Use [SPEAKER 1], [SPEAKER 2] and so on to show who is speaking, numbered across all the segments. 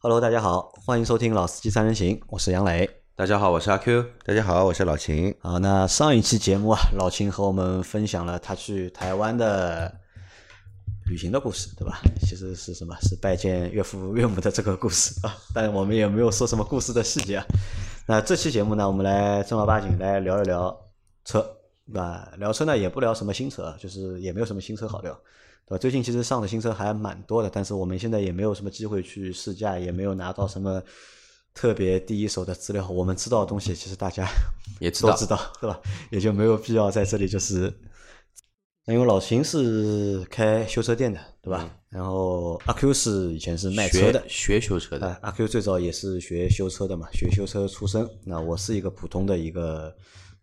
[SPEAKER 1] Hello，大家好，欢迎收听《老司机三人行》，我是杨磊。
[SPEAKER 2] 大家好，我是阿 Q。
[SPEAKER 3] 大家好，我是老秦。
[SPEAKER 1] 好，那上一期节目啊，老秦和我们分享了他去台湾的旅行的故事，对吧？其实是什么？是拜见岳父岳母的这个故事啊，但我们也没有说什么故事的细节啊。那这期节目呢，我们来正儿八经来聊一聊车，对吧？聊车呢，也不聊什么新车，啊就是也没有什么新车好聊，对吧？最近其实上的新车还蛮多的，但是我们现在也没有什么机会去试驾，也没有拿到什么特别第一手的资料。我们知道的东西，其实大家
[SPEAKER 2] 也知
[SPEAKER 1] 都
[SPEAKER 2] 道
[SPEAKER 1] 知道，对吧？也就没有必要在这里就是，那因为老秦是开修车店的，对吧？然后阿 Q 是以前是卖车的，
[SPEAKER 2] 嗯学学修车的，
[SPEAKER 1] 啊，阿 Q 最早也是学修车的嘛，学修车出身。那我是一个普通的一个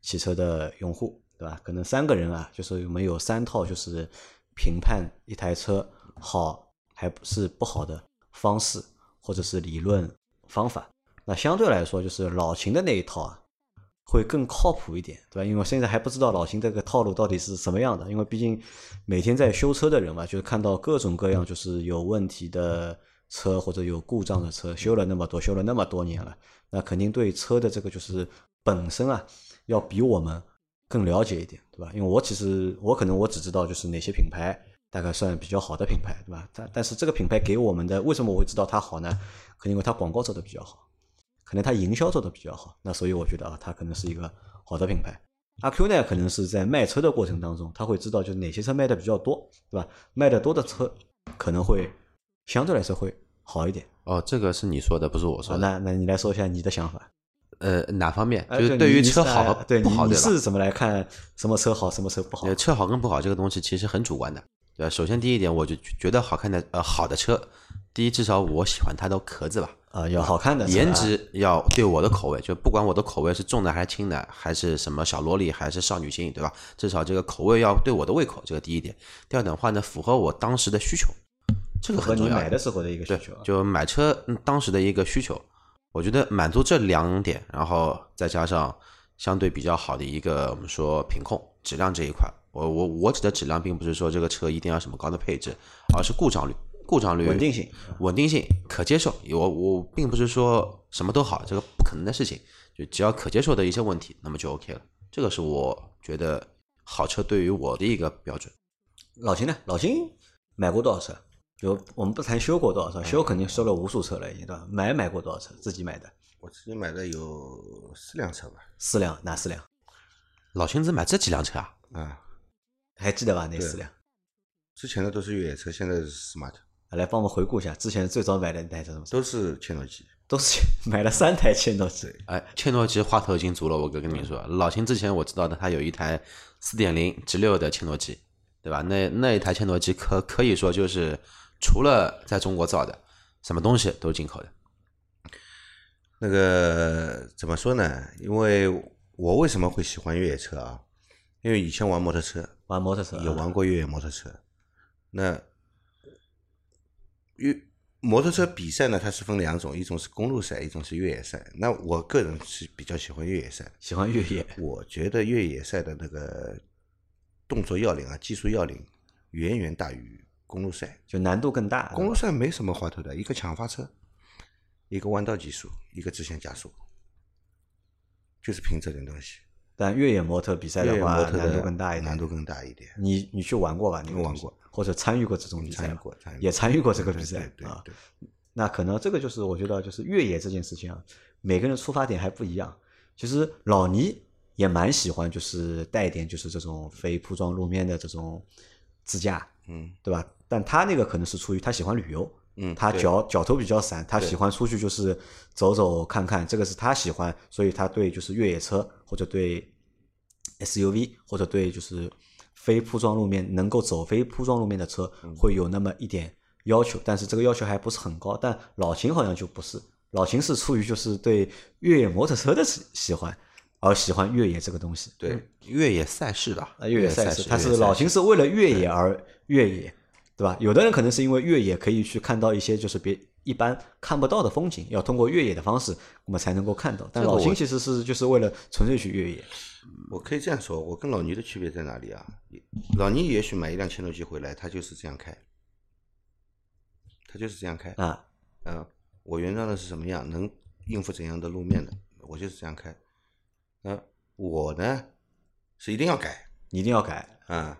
[SPEAKER 1] 汽车的用户，对吧？可能三个人啊，就是我们有三套就是评判一台车好还不是不好的方式，或者是理论方法。那相对来说，就是老秦的那一套啊，会更靠谱一点，对吧？因为我现在还不知道老秦这个套路到底是什么样的，因为毕竟每天在修车的人嘛，就是看到各种各样就是有问题的车或者有故障的车，修了那么多，修了那么多年了，那肯定对车的这个就是本身啊，要比我们更了解一点，对吧？因为我其实我可能我只知道就是哪些品牌大概算比较好的品牌，对吧？但但是这个品牌给我们的为什么我会知道它好呢？可能因为它广告做的比较好。可能它营销做的比较好，那所以我觉得啊，它可能是一个好的品牌。阿 Q 呢，可能是在卖车的过程当中，他会知道就是哪些车卖的比较多，对吧？卖的多的车可能会相对来说会好一点。
[SPEAKER 2] 哦，这个是你说的，不是我
[SPEAKER 1] 啊
[SPEAKER 2] 说，的。
[SPEAKER 1] 那那你来说一下你的想法，
[SPEAKER 2] 呃，哪方面？
[SPEAKER 1] 呃
[SPEAKER 2] 就是对于
[SPEAKER 1] 你
[SPEAKER 2] 车
[SPEAKER 1] 是
[SPEAKER 2] 好
[SPEAKER 1] 哎
[SPEAKER 2] 和
[SPEAKER 1] 对
[SPEAKER 2] 不好，
[SPEAKER 1] 你
[SPEAKER 2] 对
[SPEAKER 1] 你
[SPEAKER 2] 吧？
[SPEAKER 1] 是怎么来看什么车好，什么车不好
[SPEAKER 2] 呃，？车好跟不好这个东西其实很主观的，对吧？首先第一点，我就觉得好看的呃好的车，第一至少我喜欢它的壳子吧，
[SPEAKER 1] 啊，有好看的车啊
[SPEAKER 2] 颜，值要对我的口味，就不管我的口味是重的还是轻的，还是什么小萝莉，还是少女心，对吧？至少这个口味要对我的胃口，这个第一点。第二点的话呢，符合我当时的需求，这个
[SPEAKER 1] 和
[SPEAKER 2] 很
[SPEAKER 1] 你
[SPEAKER 2] 重要。
[SPEAKER 1] 买的时候的一个需
[SPEAKER 2] 对
[SPEAKER 1] 求啊，
[SPEAKER 2] 就买车嗯当时的一个需求，我觉得满足这两点，然后再加上相对比较好的一个我们说品控质量这一块，我我我指的质量并不是说这个车一定要什么高的配置，而是故障率，故障率
[SPEAKER 1] 稳定性。
[SPEAKER 2] 稳定性可接受。我我并不是说什么都好，这个不可能的事情，就只要可接受的一些问题，那么就 OK 了。这个是我觉得好车对于我的一个标准。
[SPEAKER 1] 老秦呢？老秦买过多少车？就我们不谈修过多
[SPEAKER 2] 嗯
[SPEAKER 1] 少车，修肯定修了无数车了，已经对吧？买买过多少车？自己买的
[SPEAKER 3] 我自己买的有四辆车吧？
[SPEAKER 1] 四辆，哪四辆？
[SPEAKER 2] 老秦子买这几辆车啊？
[SPEAKER 3] 啊，
[SPEAKER 1] 还记得吧？那四辆，
[SPEAKER 3] 之前的都是越野车，现在是 smart，
[SPEAKER 1] 啊来帮我们回顾一下之前最早买的那台车什么车？
[SPEAKER 3] 都是牵手机。
[SPEAKER 1] 都是 买了三台千多机，
[SPEAKER 2] 哎，切诺基话头已经足了。我跟跟你说，老秦之前我知道的，他有一台四点零直六的切诺基，对吧？那那一台切诺基可可以说就是除了在中国造的，什么东西都是进口的。
[SPEAKER 3] 那个怎么说呢？因为我为什么会喜欢越野车啊？因为以前玩摩托车，
[SPEAKER 1] 玩摩托车
[SPEAKER 3] 也玩
[SPEAKER 1] 啊
[SPEAKER 3] 过越野摩托车。那越摩托车比赛呢，它是分两种，一种是公路赛，一种是越野赛。那我个人是比较喜欢越野赛，
[SPEAKER 1] 喜欢越野，
[SPEAKER 3] 我觉得越野赛的那个动作要领啊，技术要领，远远大于公路赛。
[SPEAKER 1] 就难度更大。
[SPEAKER 3] 公
[SPEAKER 1] 对
[SPEAKER 3] 路
[SPEAKER 1] 吧
[SPEAKER 3] 赛没什么花头的，一个抢发车，一个弯道技术，一个直线加速，就是凭这点东西。
[SPEAKER 1] 但越野摩托比赛
[SPEAKER 3] 越
[SPEAKER 1] 的
[SPEAKER 3] 野
[SPEAKER 1] 话，
[SPEAKER 3] 摩托的
[SPEAKER 1] 难度更大一点。
[SPEAKER 3] 难度更大一点。
[SPEAKER 1] 你你去玩过吧？你
[SPEAKER 3] 我玩过，嗯
[SPEAKER 1] 或者参与过这种比赛
[SPEAKER 3] 参与
[SPEAKER 1] 吗
[SPEAKER 3] 过，参与
[SPEAKER 1] 也参与过这个
[SPEAKER 3] 对
[SPEAKER 1] 比赛
[SPEAKER 3] 对
[SPEAKER 1] 啊
[SPEAKER 3] 对对，
[SPEAKER 1] 那可能这个就是我觉得就是越野这件事情啊，每个人出发点还不一样。其实老倪也蛮喜欢，就是带一点就是这种非铺装路面的这种自驾，
[SPEAKER 3] 嗯
[SPEAKER 1] 对吧？但他那个可能是出于他喜欢旅游，
[SPEAKER 3] 嗯，
[SPEAKER 1] 他
[SPEAKER 3] 对
[SPEAKER 1] 脚脚头比较散，他
[SPEAKER 3] 对
[SPEAKER 1] 喜欢出去就是走走看看，这个是他喜欢，所以他对就是越野车或者对 SUV 或者对就是非铺装路面能够走非铺装路面的车
[SPEAKER 3] 嗯
[SPEAKER 1] 会有那么一点要求，但是这个要求还不是很高。但老秦好像就不是，老秦是出于就是对越野摩托车的喜喜欢而喜欢越野这个东西。
[SPEAKER 3] 对，
[SPEAKER 2] 越野赛事吧，
[SPEAKER 1] 啊，越野赛
[SPEAKER 2] 赛
[SPEAKER 1] 事，
[SPEAKER 2] 事
[SPEAKER 1] 他
[SPEAKER 2] 越野
[SPEAKER 1] 是老
[SPEAKER 2] 赛事
[SPEAKER 1] 秦是为了越野而越野，对吧？有的人可能是因为越野可以去看到一些就是别一般看不到的风景，要通过越野的方式我们才能够看到。但
[SPEAKER 2] 这个
[SPEAKER 1] 老秦
[SPEAKER 2] 我
[SPEAKER 1] 其实是就是为了纯粹去越野，
[SPEAKER 3] 我可以这样说，我跟老倪的区别在哪里啊？老倪也许买一辆千诺基回来，他就是这样开，他就是这样开
[SPEAKER 1] 啊，
[SPEAKER 3] 嗯，我原装的是什么样，能应付怎样的路面的，我就是这样开。那我呢是一定要改
[SPEAKER 1] 你一定要改
[SPEAKER 3] 啊，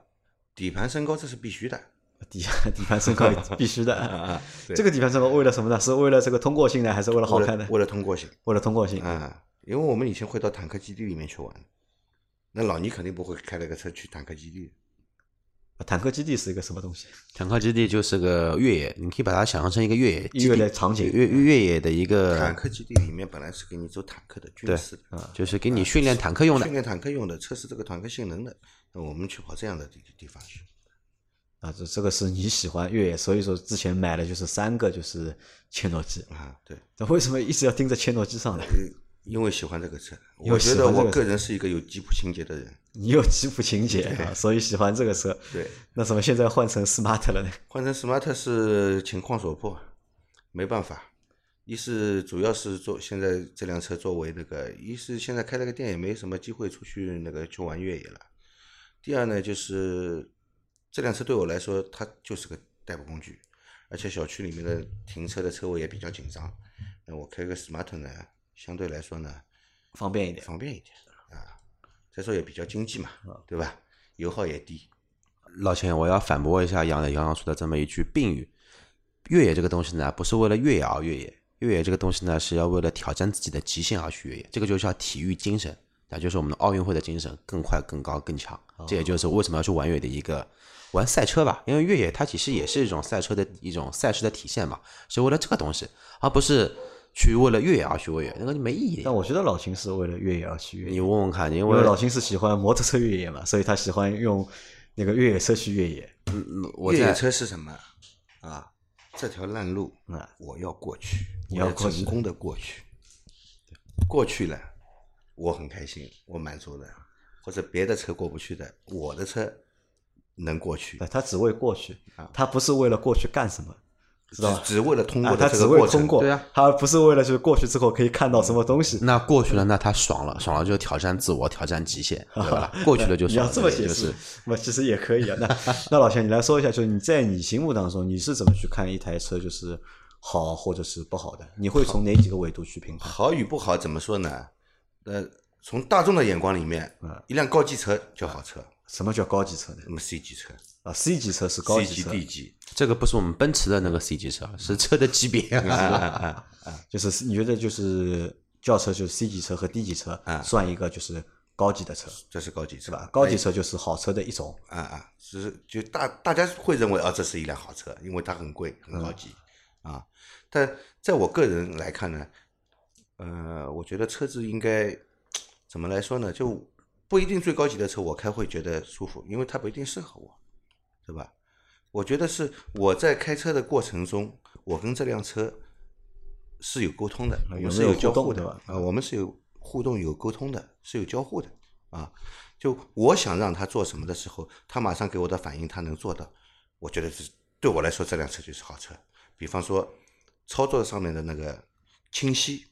[SPEAKER 3] 底盘升高这是必须的
[SPEAKER 1] 底底盘升高必须的。
[SPEAKER 3] 啊，对
[SPEAKER 1] 这个底盘升高为了什么呢？是为了这个通过性呢，还是为了好
[SPEAKER 3] 为
[SPEAKER 1] 看
[SPEAKER 3] 了
[SPEAKER 1] 呢？
[SPEAKER 3] 为了通过性
[SPEAKER 1] 为了通过性，
[SPEAKER 3] 啊，因为我们以前会到坦克基地里面去玩，那老倪肯定不会开了个车去坦克基地。
[SPEAKER 1] 坦克基地是一个什么东西？
[SPEAKER 2] 坦克基地就是个越野，你可以把它想象成一个越野基
[SPEAKER 1] 音乐的
[SPEAKER 2] 地，
[SPEAKER 1] 场景，
[SPEAKER 2] 越越野的一
[SPEAKER 3] 坦
[SPEAKER 2] 个，
[SPEAKER 3] 克基地里面本来是给你走坦克的军事的，
[SPEAKER 2] 就是给你训练坦克用的
[SPEAKER 3] 训。练坦克用的，测试这个坦克性能的。那我们去跑这样的地地方去，
[SPEAKER 1] 啊，这这个是你喜欢越野，所以说之前买的就是三个就是切诺基。
[SPEAKER 3] 啊，对，
[SPEAKER 1] 那为什么一直要盯着切诺基上呢？
[SPEAKER 3] 因为喜欢这个车，
[SPEAKER 1] 因为
[SPEAKER 3] 我觉
[SPEAKER 1] 喜
[SPEAKER 3] 得
[SPEAKER 1] 欢这个
[SPEAKER 3] 我个人是一个有吉普情节的人，
[SPEAKER 1] 你有吉普情节啊，所以喜欢这个车。
[SPEAKER 3] 对，
[SPEAKER 1] 那怎么现在换成 smart 了呢？
[SPEAKER 3] 换成 smart 是情况所迫，没办法。一是主要是做现在这辆车作为那个，一是现在开了个店也没什么机会出去那个去玩越野了。第二呢，就是这辆车对我来说，它就是个代步工具，而且小区里面的停车的车位也比较紧张。那我开个 smart 呢，相对来说呢，
[SPEAKER 1] 方便一点。
[SPEAKER 3] 方便一点啊，再说也比较经济嘛，对吧？油耗也低，
[SPEAKER 2] 老钱，我要反驳一下杨洋杨洋说的这么一句病语：越野这个东西呢，不是为了越野而越野，越野这个东西呢，是要为了挑战自己的极限而去越野。这个就叫体育精神，那就是我们的奥运会的精神，更快、更高、更强。
[SPEAKER 1] 哦
[SPEAKER 2] 这也就是为什么要去玩越野的一个玩赛车吧，因为越野它其实也是一种赛车的一种赛事的体现嘛，是为了这个东西，而不是去为了越野而去越野，那个就没意义。
[SPEAKER 1] 但我觉得老秦是为了越野而去越野，
[SPEAKER 2] 你问问看，你
[SPEAKER 1] 因
[SPEAKER 2] 为
[SPEAKER 1] 为老秦是喜欢摩托车越野嘛，所以他喜欢用那个越野车去越野
[SPEAKER 2] 我
[SPEAKER 3] 越野
[SPEAKER 2] 在
[SPEAKER 3] 车是什么啊？这条烂路，
[SPEAKER 1] 啊。
[SPEAKER 3] 我要过去，
[SPEAKER 1] 你
[SPEAKER 3] 我
[SPEAKER 1] 要
[SPEAKER 3] 要
[SPEAKER 1] 过去
[SPEAKER 3] 成功的过去。过去了，我很开心，我满足了。或者别的车过不去的，我的车能过去
[SPEAKER 1] 那，他只为过去
[SPEAKER 3] 啊，
[SPEAKER 1] 他不是为了过去干什么，知
[SPEAKER 3] 只
[SPEAKER 1] 道吧？
[SPEAKER 3] 只为了通
[SPEAKER 1] 啊
[SPEAKER 3] 过，
[SPEAKER 1] 他
[SPEAKER 3] 的这
[SPEAKER 1] 只
[SPEAKER 3] 个
[SPEAKER 1] 为
[SPEAKER 3] 过程。
[SPEAKER 1] 通过，
[SPEAKER 2] 对啊，
[SPEAKER 1] 他不是为了就是过去之后可以看到什么东西。
[SPEAKER 2] 那过去了，那他爽了，爽了就挑战自我，挑战 极限，对吧？过去了就
[SPEAKER 1] 你
[SPEAKER 2] 爽
[SPEAKER 1] 要
[SPEAKER 2] 了，
[SPEAKER 1] 这么
[SPEAKER 2] 对
[SPEAKER 1] 解
[SPEAKER 2] 就
[SPEAKER 1] 释
[SPEAKER 2] 是，
[SPEAKER 1] 那其实也可以啊。那那老钱，你来说一下，就是你在你心目当中，你是怎么去看一台车就是好或者是不好的？你会从哪几个维度去评判？
[SPEAKER 3] 好与不好怎么说呢？呃，从大众的眼光里面，
[SPEAKER 1] 嗯
[SPEAKER 3] 一辆高级车叫好车，
[SPEAKER 1] 什么叫高级车呢？
[SPEAKER 3] 那么 C 级车、
[SPEAKER 1] 啊，C 级车是高
[SPEAKER 3] C
[SPEAKER 1] 级
[SPEAKER 3] 级、
[SPEAKER 1] 车，
[SPEAKER 3] D 级，
[SPEAKER 2] 这个不是我们奔驰的那个 C 级车，是车的级别。
[SPEAKER 3] 啊
[SPEAKER 1] 就是你觉得就是轿车就是 C 级车和 D 级车
[SPEAKER 2] 啊
[SPEAKER 1] 算一个就是高级的车
[SPEAKER 3] 这是高级车
[SPEAKER 1] 是吧？
[SPEAKER 2] 哎
[SPEAKER 1] 高级车就是好车的一种，
[SPEAKER 3] 啊啊，是就大大家会认为啊，这是一辆好车，因为它很贵，很高级、啊。但在我个人来看呢，呃，我觉得车子应该怎么来说呢？就不一定最高级的车我开会觉得舒服，因为它不一定适合我，对吧？我觉得是我在开车的过程中，我跟这辆车是有沟通的，
[SPEAKER 1] 啊
[SPEAKER 3] 我
[SPEAKER 1] 有
[SPEAKER 3] 们
[SPEAKER 1] 没
[SPEAKER 3] 是
[SPEAKER 1] 有
[SPEAKER 3] 交
[SPEAKER 1] 互动
[SPEAKER 3] 互的
[SPEAKER 1] 对吧
[SPEAKER 3] 啊，我们是有互动、有沟通的，是有交互的啊。就我想让他做什么的时候，他马上给我的反应，他能做到，我觉得这对我来说这辆车就是好车。比方说，操作上面的那个清晰，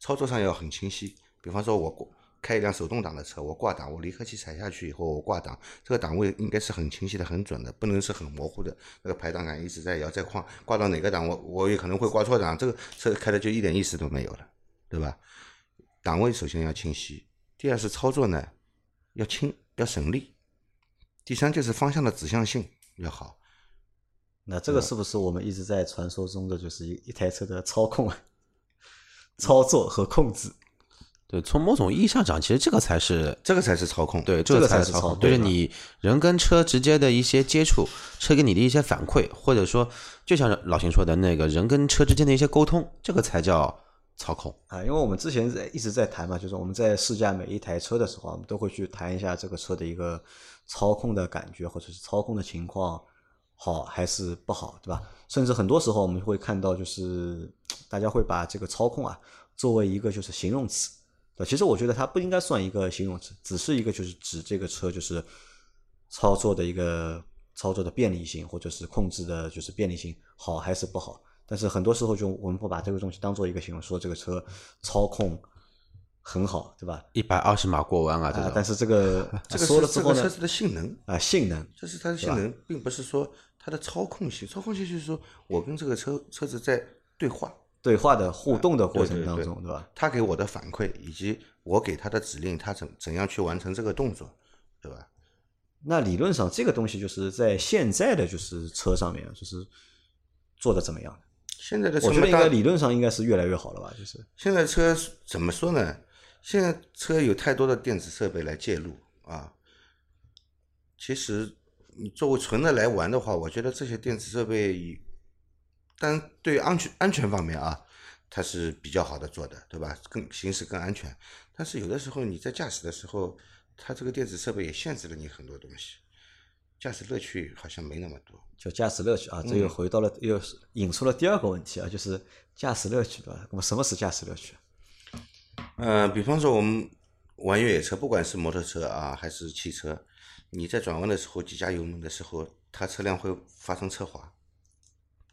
[SPEAKER 3] 操作上要很清晰。比方说，我挂开一辆手动挡的车，我挂档，我离合器踩下去以后，我挂档，这个档位应该是很清晰的、很准的，不能是很模糊的。那个排档杆一直在摇在晃，挂到哪个档，我我也可能会挂错档，这个车开的就一点意思都没有了，对吧？档位首先要清晰，第二是操作呢要轻要省力，第三就是方向的指向性要好。
[SPEAKER 1] 那这个
[SPEAKER 2] 嗯
[SPEAKER 1] 是不是我们一直在传说中的就是一一台车的操控 啊、操作和控制？
[SPEAKER 2] 对，从某种意义上讲，其实这个才是
[SPEAKER 3] 这个才是操控。，
[SPEAKER 2] 对，
[SPEAKER 1] 这个
[SPEAKER 2] 个
[SPEAKER 1] 才
[SPEAKER 2] 才
[SPEAKER 1] 是操
[SPEAKER 2] 操控，
[SPEAKER 1] 控
[SPEAKER 2] 就是
[SPEAKER 1] 对吧
[SPEAKER 2] 你人跟车直接的一些接触，车给你的一些反馈，或者说，就像老秦说的那个人跟车之间的一些沟通，这个才叫操控。
[SPEAKER 1] 啊，因为我们之前在一直在谈嘛，就是我们在试驾每一台车的时候啊，我们都会去谈一下这个车的一个操控的感觉，或者是操控的情况好还是不好，对吧？甚至很多时候我们会看到，就是大家会把这个操控啊作为一个就是形容词，对吧，其实我觉得它不应该算一个形容词，只是一个就是指这个车就是操作的一个操作的便利性，或者是控制的就是便利性好还是不好。但是很多时候就我们会把这个东西当做一个形容，说这个车操控很好，对吧？
[SPEAKER 2] 一百二十码过弯啊，这
[SPEAKER 1] 啊
[SPEAKER 2] 种，
[SPEAKER 1] 但是这个啊
[SPEAKER 3] 这个
[SPEAKER 1] 说了
[SPEAKER 3] 是
[SPEAKER 1] 之
[SPEAKER 3] 这
[SPEAKER 1] 后
[SPEAKER 3] 个
[SPEAKER 1] 呢
[SPEAKER 3] 车，子的性能，
[SPEAKER 1] 啊，性能
[SPEAKER 3] 这是它的性能，并不是说它的操控性。操控性就是说我跟这个车车子在对话，
[SPEAKER 1] 对话的互动的过程
[SPEAKER 3] 对对
[SPEAKER 1] 当
[SPEAKER 3] 对
[SPEAKER 1] 中，对吧？
[SPEAKER 3] 他给我的反馈以及我给他的指令，他怎怎样去完成这个动作，对吧？
[SPEAKER 1] 那理论上这个东西就是在现在的就是车上面就是做的怎么样？
[SPEAKER 3] 现在的
[SPEAKER 1] 我
[SPEAKER 3] 车
[SPEAKER 1] 觉得应该
[SPEAKER 3] 大，
[SPEAKER 1] 理论上应该是越来越好了吧？就是
[SPEAKER 3] 现在车怎么说呢？现在车有太多的电子设备来介入啊。其实你作为纯的来玩的话，我觉得这些电子设备，但对安全安全方面啊，它是比较好的做的，对吧？更行驶更安全。但是有的时候你在驾驶的时候，它这个电子设备也限制了你很多东西，驾驶乐趣好像没那么多。
[SPEAKER 1] 就驾驶乐趣
[SPEAKER 3] 嗯
[SPEAKER 1] 啊，这又回到了又是引出了第二个问题啊，就是驾驶乐趣对吧？那么什么是驾驶乐趣？
[SPEAKER 3] 呃，比方说我们玩越野车，不管是摩托车啊还是汽车，你在转弯的时候急加油门的时候，它车辆会发生侧滑，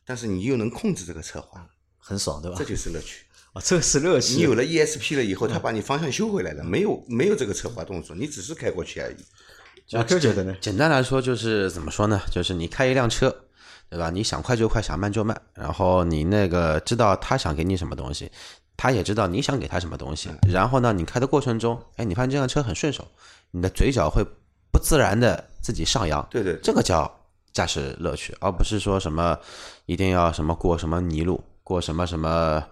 [SPEAKER 3] 但是你又能控制这个侧滑，
[SPEAKER 1] 很爽对吧
[SPEAKER 3] 这？就是乐趣。
[SPEAKER 1] 啊，这是乐趣。
[SPEAKER 3] 你有了 ESP 了以后，它把你方向修回来了，没有没有这个侧滑动作，你只是开过去而已。
[SPEAKER 1] 啊，就觉得呢？
[SPEAKER 2] 简单来说就是怎么说呢？就是你开一辆车，对吧？你想快就快，想慢就慢。然后你那个知道他想给你什么东西，他也知道你想给他什么东西。
[SPEAKER 1] 嗯
[SPEAKER 2] 然后呢，你开的过程中，哎，你发现这辆车很顺手，你的嘴角会不自然的自己上扬。
[SPEAKER 3] 对对对
[SPEAKER 2] 这个叫驾驶乐趣，而不是说什么一定要什么过什么泥路，过什么什么。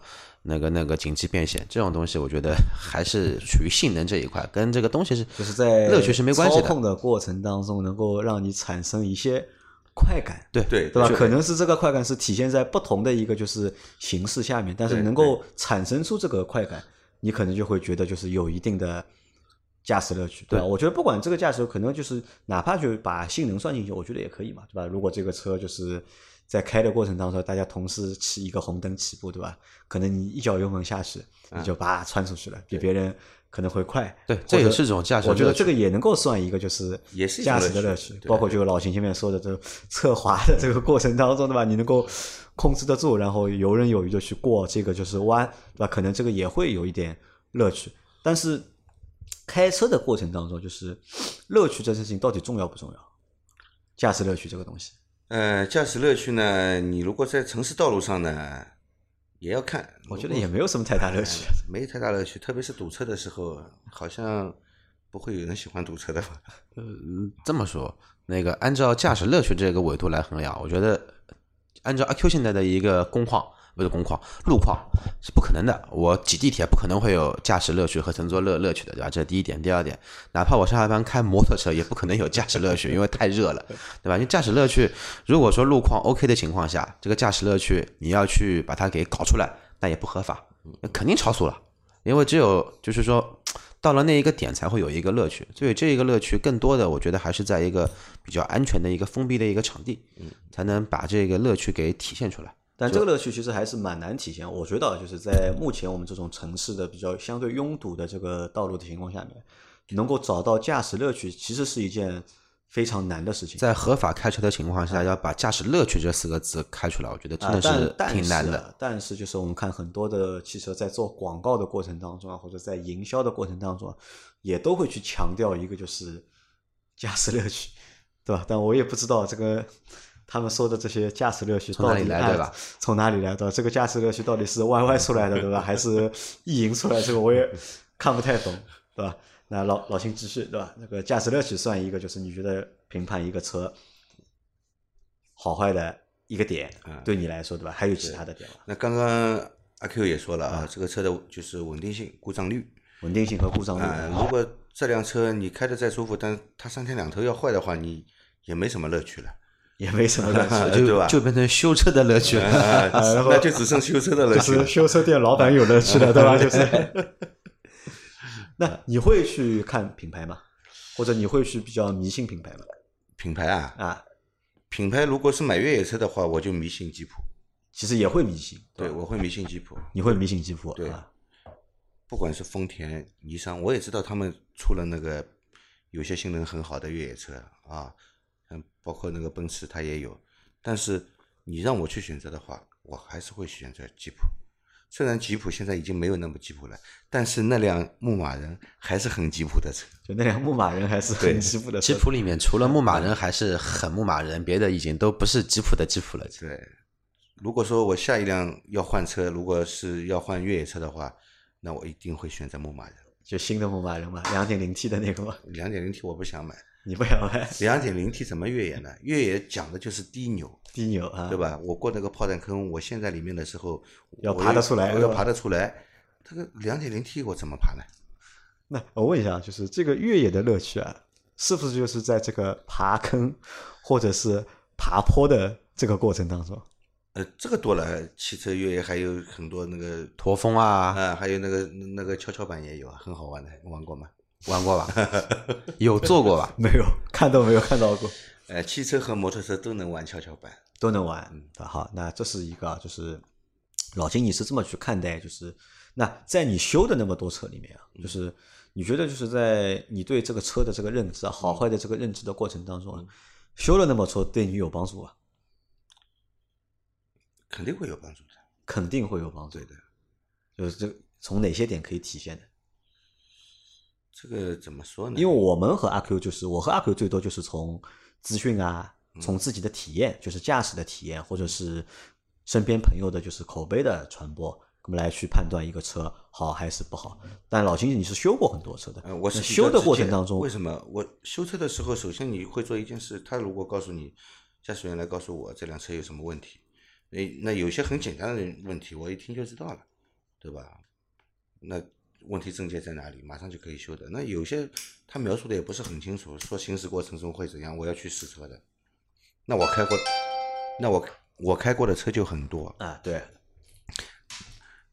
[SPEAKER 2] 那个那个紧急变线这种东西，我觉得还是属于性能这一块，跟这个东西是
[SPEAKER 1] 就是在
[SPEAKER 2] 乐趣是没关系
[SPEAKER 1] 操
[SPEAKER 2] 的。
[SPEAKER 1] 控的过程当中，能够让你产生一些快感，
[SPEAKER 2] 对
[SPEAKER 3] 对
[SPEAKER 1] 对吧？
[SPEAKER 3] 就
[SPEAKER 1] 可能是这个快感是体现在不同的一个就是形式下面，但是
[SPEAKER 3] 对
[SPEAKER 1] 能够产生出这个快感，你可能就会觉得就是有一定的驾驶乐趣，对吧？
[SPEAKER 2] 对
[SPEAKER 1] 我觉得不管这个驾驶，可能就是哪怕就把性能算进去，我觉得也可以嘛，对吧？如果这个车就是。在开的过程当中，大家同时骑一个红灯起步，对吧？可能你一脚油门下去，
[SPEAKER 2] 嗯
[SPEAKER 1] 你就把窜出去了，比别人可能会快。
[SPEAKER 2] 对
[SPEAKER 1] 或
[SPEAKER 2] 这也
[SPEAKER 1] 者
[SPEAKER 2] 是一种驾驶
[SPEAKER 1] 我觉得
[SPEAKER 2] 乐趣
[SPEAKER 1] 这个也能够算一个，就是
[SPEAKER 3] 也是一种
[SPEAKER 1] 驾驶的
[SPEAKER 3] 乐趣
[SPEAKER 1] 乐趣。
[SPEAKER 3] 对
[SPEAKER 1] 包括就老秦前面说的这个侧滑的这个过程当中，对吧？你能够控制得住，然后游刃有余的去过这个就是弯，对吧？可能这个也会有一点乐趣。但是开车的过程当中，就是乐趣这件事情到底重要不重要？驾驶乐趣这个东西，
[SPEAKER 3] 呃，驾驶乐趣呢，你如果在城市道路上呢，也要看。
[SPEAKER 1] 我觉得
[SPEAKER 3] 如果哎
[SPEAKER 1] 也没有什么太大乐趣。
[SPEAKER 3] 没太大乐趣，特别是堵车的时候，好像不会有人喜欢堵车的吧？
[SPEAKER 2] 嗯，这么说，那个按照驾驶乐趣这个维度来衡量，我觉得按照阿 Q 现在的一个工况，不是工况，路况是不可能的。我挤地铁不可能会有驾驶乐趣和乘坐乐乐趣的，对吧？这是第一点。第二点，哪怕我上下班开摩托车，也不可能有驾驶乐趣，因为太热 了，对吧？因为驾驶乐趣，如果说路况 OK 的情况下，这个驾驶乐趣你要去把它给搞出来，那也不合法，那肯定超速了。因为只有就是说，到了那一个点才会有一个乐趣。所以这一个乐趣，更多的我觉得还是在一个比较安全的一个封闭的一个场地，
[SPEAKER 1] 嗯
[SPEAKER 2] 才能把这个乐趣给体现出来。
[SPEAKER 1] 但这个乐趣其实还是蛮难体现。我觉得啊就是在目前我们这种城市的比较相对拥堵的这个道路的情况下面，能够找到驾驶乐趣，其实是一件非常难的事情。
[SPEAKER 2] 在合法开车的情况下，要把驾驶乐趣这四个字开出来，我觉得真
[SPEAKER 1] 啊
[SPEAKER 2] 的，是
[SPEAKER 1] 但
[SPEAKER 2] 挺难
[SPEAKER 1] 但是
[SPEAKER 2] 的。
[SPEAKER 1] 啊。但是就是我们看很多的汽车在做广告的过程当中啊，或者在营销的过程当中啊，也都会去强调一个就是驾驶乐趣，对吧？但我也不知道这个他们说的这些驾驶乐趣
[SPEAKER 2] 从
[SPEAKER 1] 到
[SPEAKER 2] 哪
[SPEAKER 1] 底
[SPEAKER 2] 里来
[SPEAKER 1] 按
[SPEAKER 2] 对吧？
[SPEAKER 1] 从哪里来的？这个驾驶乐趣到底是 YY 出来的，对吧？还是意淫出来的？这个我也看不太懂，对吧？那老老秦继续，对吧？那个驾驶乐趣算一个，就是你觉得评判一个车好坏的一个点，
[SPEAKER 2] 嗯
[SPEAKER 1] 对你来说，对吧？还有其他的点吗？
[SPEAKER 3] 那刚刚阿 Q 也说了啊，这个车的就是稳定性、故障率
[SPEAKER 1] 稳定性和故障
[SPEAKER 3] 啊、
[SPEAKER 1] 率，
[SPEAKER 3] 如果这辆车你开的再舒服，但它三天两头要坏的话，你也没什么乐 趣了，
[SPEAKER 1] 也没什么乐 趣。
[SPEAKER 3] 对吧？
[SPEAKER 2] 就变成修车的乐趣了。
[SPEAKER 1] 嗯
[SPEAKER 3] 啊
[SPEAKER 1] 然后
[SPEAKER 3] 那就只剩修车的乐
[SPEAKER 1] 就
[SPEAKER 3] 趣了
[SPEAKER 1] 是。修车店老板有乐 趣了，对吧？就是。那你会去看品牌吗？或者你会去比较迷信品牌吗？
[SPEAKER 3] 品牌啊，
[SPEAKER 1] 啊，
[SPEAKER 3] 品牌如果是买越野车的话，我就迷信吉普，
[SPEAKER 1] 其实也会迷信，
[SPEAKER 3] 对
[SPEAKER 1] 吧
[SPEAKER 3] 我会迷信吉普。
[SPEAKER 1] 你会迷信吉普，
[SPEAKER 3] 对
[SPEAKER 1] 啊，
[SPEAKER 3] 不管是丰田、尼桑，我也知道他们出了那个有些性能很好的越野车啊，嗯，包括那个奔驰它也有。但是你让我去选择的话，我还是会选择吉普。虽然吉普现在已经没有那么吉普了，但是那辆牧马人还是很吉普的车。
[SPEAKER 1] 就那辆牧马人还是很吉普的车
[SPEAKER 2] 吉普里面除了牧马人还是很牧马人，别的已经都不是吉普的吉普了。
[SPEAKER 3] 对，如果说我下一辆要换车，如果是要换越野车的话，那我一定会选择牧马人。
[SPEAKER 1] 就新的牧马人嘛，两点零 T 的那个 嘛，
[SPEAKER 3] 两点零 T 我不想买，
[SPEAKER 1] 你不想买
[SPEAKER 3] 两点零 T 怎么越野呢？越野讲的就是低扭，
[SPEAKER 1] 低扭啊，
[SPEAKER 3] 对？吧？我过那个炮弹坑，我陷在里面的时候，
[SPEAKER 1] 要
[SPEAKER 3] 我
[SPEAKER 1] 爬得出来
[SPEAKER 3] 我
[SPEAKER 1] 是
[SPEAKER 3] 要
[SPEAKER 1] 吧
[SPEAKER 3] 爬得出来。这个两点零 T 我怎么爬呢？
[SPEAKER 1] 那我问一下，就是这个越野的乐趣啊，是不是就是在这个爬坑或者是爬坡的这个过程当中？
[SPEAKER 3] 呃，这个多了，汽车越野还有很多那个
[SPEAKER 2] 驼峰
[SPEAKER 1] 嗯
[SPEAKER 2] 啊，
[SPEAKER 3] 啊，还有那个那个跷跷板也有啊，很好玩的，玩过吗？
[SPEAKER 2] 玩过吧？ 有做过吧？
[SPEAKER 1] 没有，看都没有看到过，
[SPEAKER 3] 呃，汽车和摩托车都能玩跷跷板，
[SPEAKER 1] 都能玩。嗯好，那这是一个啊，就是老金，你是这么去看待，就是那在你修的那么多车里面啊，就是你觉得就是在你对这个车的这个认知啊，好坏的这个认知的过程当中啊，修了那么多车对你有帮助啊，
[SPEAKER 3] 肯定会有帮助的。
[SPEAKER 1] 肯定会有帮助
[SPEAKER 3] 对。的，
[SPEAKER 1] 就是这从哪些点可以体现的？
[SPEAKER 3] 这个怎么说呢？
[SPEAKER 1] 因为我们和阿 Q 就是我和阿 Q 最多就是从资讯啊，
[SPEAKER 3] 嗯
[SPEAKER 1] 从自己的体验，就是驾驶的体验，或者是身边朋友的就是口碑的传播，我们来去判断一个车好还是不好。但老秦你是修过很多车的，
[SPEAKER 3] 呃，嗯我是
[SPEAKER 1] 那
[SPEAKER 3] 比较
[SPEAKER 1] 修的
[SPEAKER 3] 直
[SPEAKER 1] 过
[SPEAKER 3] 接
[SPEAKER 1] 程当中
[SPEAKER 3] 为什么我修车的时候，首先你会做一件事，他如果告诉你，驾驶员来告诉我这辆车有什么问题，那那有些很简单的问题，我一听就知道了，对吧？那问题症结在哪里，马上就可以修的。那有些他描述的也不是很清楚，说行驶过程中会怎样，我要去试车的。那我开过，那我我开过的车就很多，
[SPEAKER 1] 啊，对，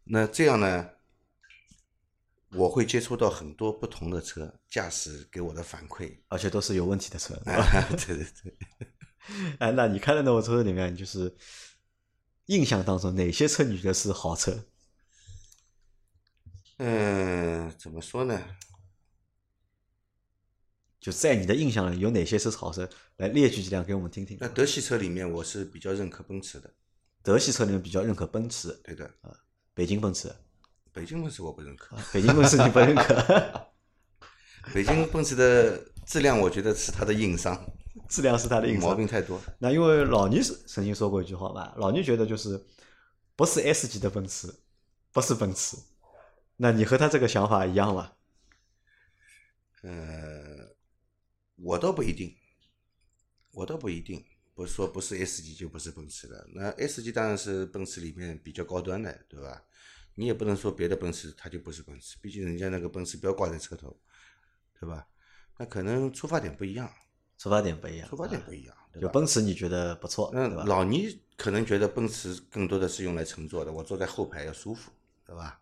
[SPEAKER 3] 那这样呢，我会接触到很多不同的车，驾驶给我的 反馈。
[SPEAKER 1] 而且都是有问题的车。对吧
[SPEAKER 3] 啊，对对对，
[SPEAKER 1] 哎，那你开的那么多车里面，就是印象当中哪些车你觉得是好车？
[SPEAKER 3] 嗯，怎么说呢？
[SPEAKER 1] 就在你的印象里有哪些是好车？来列举几辆给我们听听
[SPEAKER 3] 那。德系车里面，我是比较认可奔驰的，
[SPEAKER 1] 德系车里面比较认可奔驰，
[SPEAKER 3] 对的。
[SPEAKER 1] 北京奔驰。
[SPEAKER 3] 北京奔驰我不认可，
[SPEAKER 1] 啊北京奔驰你不认可，
[SPEAKER 3] 北京奔驰的质量我觉得是它的硬伤，
[SPEAKER 1] 质量是它的硬
[SPEAKER 3] 毛
[SPEAKER 1] 伤。
[SPEAKER 3] 病太多。
[SPEAKER 1] 那因为老倪是曾经说过一句话吧，老倪觉得就是不是 S 级的奔驰，不是奔驰。那你和他这个想法一样吗？
[SPEAKER 3] 呃，我倒不一定，我倒不一定，不是说不是 S 级就不是奔驰了。那 S 级当然是奔驰里面比较高端的，对吧？你也不能说别的奔驰它就不是奔驰，毕竟人家那个奔驰标挂在车头，对吧？那可能出发点不一样，
[SPEAKER 1] 出发点不一样，
[SPEAKER 3] 出发点不
[SPEAKER 1] 一
[SPEAKER 3] 一样，对
[SPEAKER 1] 就
[SPEAKER 3] 吧？
[SPEAKER 1] 奔驰你觉得不错，
[SPEAKER 3] 那
[SPEAKER 1] 对吧？
[SPEAKER 3] 老倪可能觉得奔驰更多的是用来乘坐的，我坐在后排要舒服，对吧？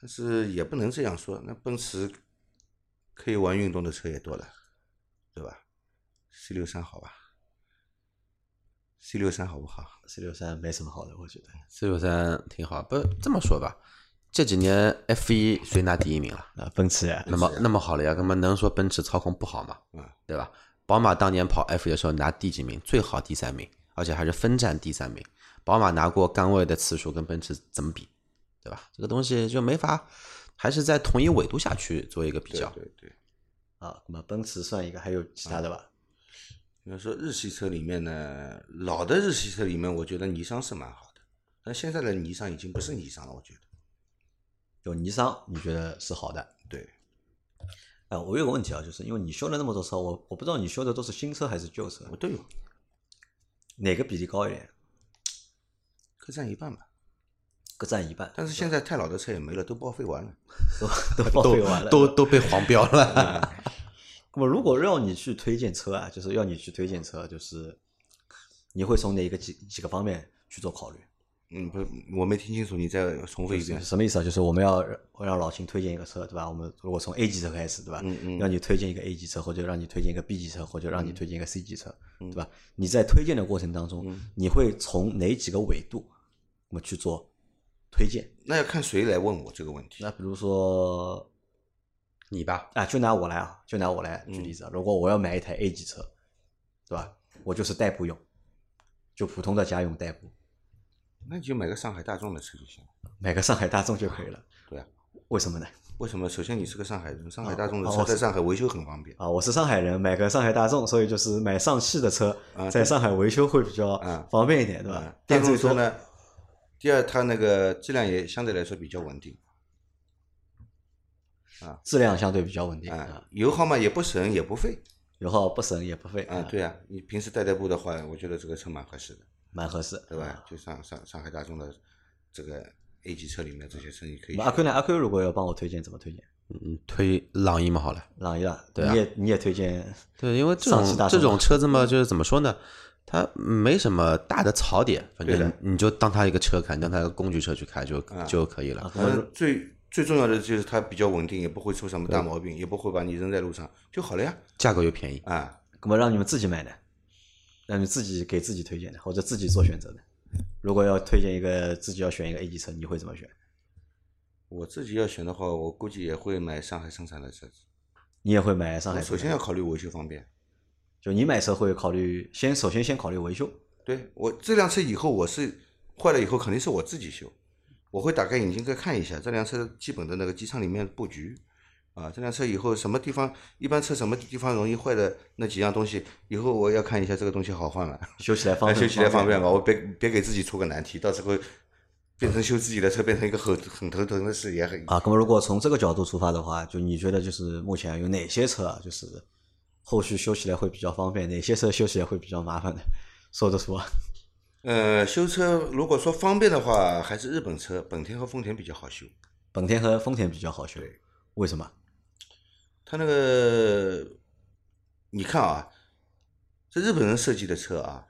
[SPEAKER 3] 但是也不能这样说，那奔驰可以玩运动的车也多了，对吧？C 六三好吧？C 六三好不好？
[SPEAKER 1] C 六三没什么好的，我觉得。
[SPEAKER 2] 四六三挺好，不这么说吧，这几年 F 一谁拿第一名了？
[SPEAKER 1] 那奔驰啊，
[SPEAKER 2] 那么那么好了呀，那么能说奔驰操控不好吗？
[SPEAKER 3] 嗯，
[SPEAKER 2] 对吧？宝马当年跑 F 1的时候拿第几名？最好第三名，而且还是分站第三名。宝马拿过杆位的次数跟奔驰怎么比？对吧？这个东西就没法，还是在同一纬度下去做一个比
[SPEAKER 3] 对
[SPEAKER 2] 较。
[SPEAKER 3] 对对。
[SPEAKER 1] 啊，那么奔驰算一个，还有其他的吧？
[SPEAKER 3] 比如说日系车里面呢，老的日系车里面，我觉得尼桑是蛮好的，但现在的尼桑已经不是尼桑了，我觉得。
[SPEAKER 1] 有尼桑，你觉得是好的？
[SPEAKER 3] 对，
[SPEAKER 1] 哎，我有个问题啊，就是因为你修了那么多车，我我不知道你修的都是新车还是旧车，
[SPEAKER 3] 我都有，
[SPEAKER 1] 哪个比例高一点？
[SPEAKER 3] 各占一半吧。
[SPEAKER 1] 各占一半，
[SPEAKER 3] 但是现在太老的车也没了，都报废完了。
[SPEAKER 1] 都 报废完了。
[SPEAKER 2] 都都被黄标了。
[SPEAKER 1] 那么，如果让你去推荐车啊，就是要你去推荐车，就是你会从哪一个几几个方面去做考虑？
[SPEAKER 3] 嗯，不，我没听清楚，你再重复一遍。
[SPEAKER 1] 什么意思啊？就是我们要让让老秦推荐一个车，对吧？我们如果从 A 级车开始，对吧？
[SPEAKER 3] 嗯嗯
[SPEAKER 1] 让你推荐一个 A 级车，或者让你推荐一个 B 级车，或者让你推荐一个 C 级车，
[SPEAKER 3] 嗯
[SPEAKER 1] 对吧？你在推荐的过程当中，你会从哪几个维度我们去做推荐？
[SPEAKER 3] 那要看谁来问我这个问题。
[SPEAKER 1] 那比如说
[SPEAKER 2] 你吧，
[SPEAKER 1] 啊，就拿我来啊，就拿我来举
[SPEAKER 3] 嗯
[SPEAKER 1] 例子啊。如果我要买一台 A 级车，对吧？我就是代步用，就普通的家用代步，
[SPEAKER 3] 那你就买个上海大众的车就行了。
[SPEAKER 1] 买个上海大众就可以了。
[SPEAKER 3] 对啊，
[SPEAKER 1] 为什么呢？
[SPEAKER 3] 为什么？首先你是个上海人，上海
[SPEAKER 1] 哦
[SPEAKER 3] 大众的
[SPEAKER 1] 哦
[SPEAKER 3] 车
[SPEAKER 1] 我
[SPEAKER 3] 在
[SPEAKER 1] 是
[SPEAKER 3] 上海维修很方便。
[SPEAKER 1] 啊，我是上海人，买个上海大众，所以就是买上汽的车
[SPEAKER 3] 啊，
[SPEAKER 1] 在上海维修会比较
[SPEAKER 3] 啊
[SPEAKER 1] 方便一点，对
[SPEAKER 3] 啊
[SPEAKER 1] 吧？
[SPEAKER 3] 大
[SPEAKER 1] 但
[SPEAKER 3] 众
[SPEAKER 1] 是
[SPEAKER 3] 车
[SPEAKER 1] 说，
[SPEAKER 3] 呢，第二它那个质量也相对来说比较稳定
[SPEAKER 1] 质量相对比较稳定
[SPEAKER 3] 啊
[SPEAKER 1] 啊，，
[SPEAKER 3] 油耗嘛也不省也不费
[SPEAKER 1] 油耗不省也不费
[SPEAKER 3] 啊。，对啊，你平时代代步的话，我觉得这个车蛮合适的，
[SPEAKER 1] 蛮合适，啊
[SPEAKER 3] 对吧？就上上上海大众的这个 A 级车里面这些车你可以
[SPEAKER 1] 那阿
[SPEAKER 3] 选
[SPEAKER 1] 坤呢？阿坤如果要帮我推荐，怎么推荐？
[SPEAKER 2] 嗯，推朗逸嘛好了。
[SPEAKER 1] 朗逸啊，
[SPEAKER 2] 对啊
[SPEAKER 1] 你也你也推荐
[SPEAKER 2] 对，因为这
[SPEAKER 1] 上汽大众
[SPEAKER 2] 种这种车子嘛，就是怎么说呢，它没什么大的槽点，反
[SPEAKER 3] 对
[SPEAKER 2] 正
[SPEAKER 3] 的啊
[SPEAKER 2] 你就当它一个车开，你当它一个工具车去开就就可以了。
[SPEAKER 3] 反正呃最最重要的就是它比较稳定，也不会出什么大毛病，也不会把你扔在路上就好了呀。
[SPEAKER 2] 价格又便宜，
[SPEAKER 3] 啊，
[SPEAKER 1] 那么让你们自己买的，让你自己给自己推荐的，或者自己做选择的。如果要推荐一个自己要选一个 A 级车，你会怎么选？
[SPEAKER 3] 我自己要选的话，我估计也会买上海生产的车子。
[SPEAKER 1] 你也会买上
[SPEAKER 3] 我
[SPEAKER 1] 海
[SPEAKER 3] 首
[SPEAKER 1] 车？
[SPEAKER 3] 先要考虑维修方便。
[SPEAKER 1] 就你买车会考虑先首先先考虑维修，
[SPEAKER 3] 对我这辆车以后我是坏了以后肯定是我自己修，我会打开眼睛再看一下这辆车基本的那个机舱里面的布局，啊，这辆车以后什么地方一般车什么地方容易坏的那几样东西，以后我要看一下这个东西好换了，
[SPEAKER 1] 修起来方便，
[SPEAKER 3] 哎修起来方便吧，我别别给自己出个难题，到时候变成修自己的车变成一个很很头疼的事也很
[SPEAKER 1] 啊。那么如果从这个角度出发的话，就你觉得就是目前有哪些车啊，就是后续修起来会比较方便，哪些车修起来会比较麻烦的，说得出啊？
[SPEAKER 3] 呃，修车如果说方便的话，还是日本车，本田和丰田比较好修。
[SPEAKER 1] 本田和丰田比较好修，为什么？
[SPEAKER 3] 它那个，你看啊，这日本人设计的车啊，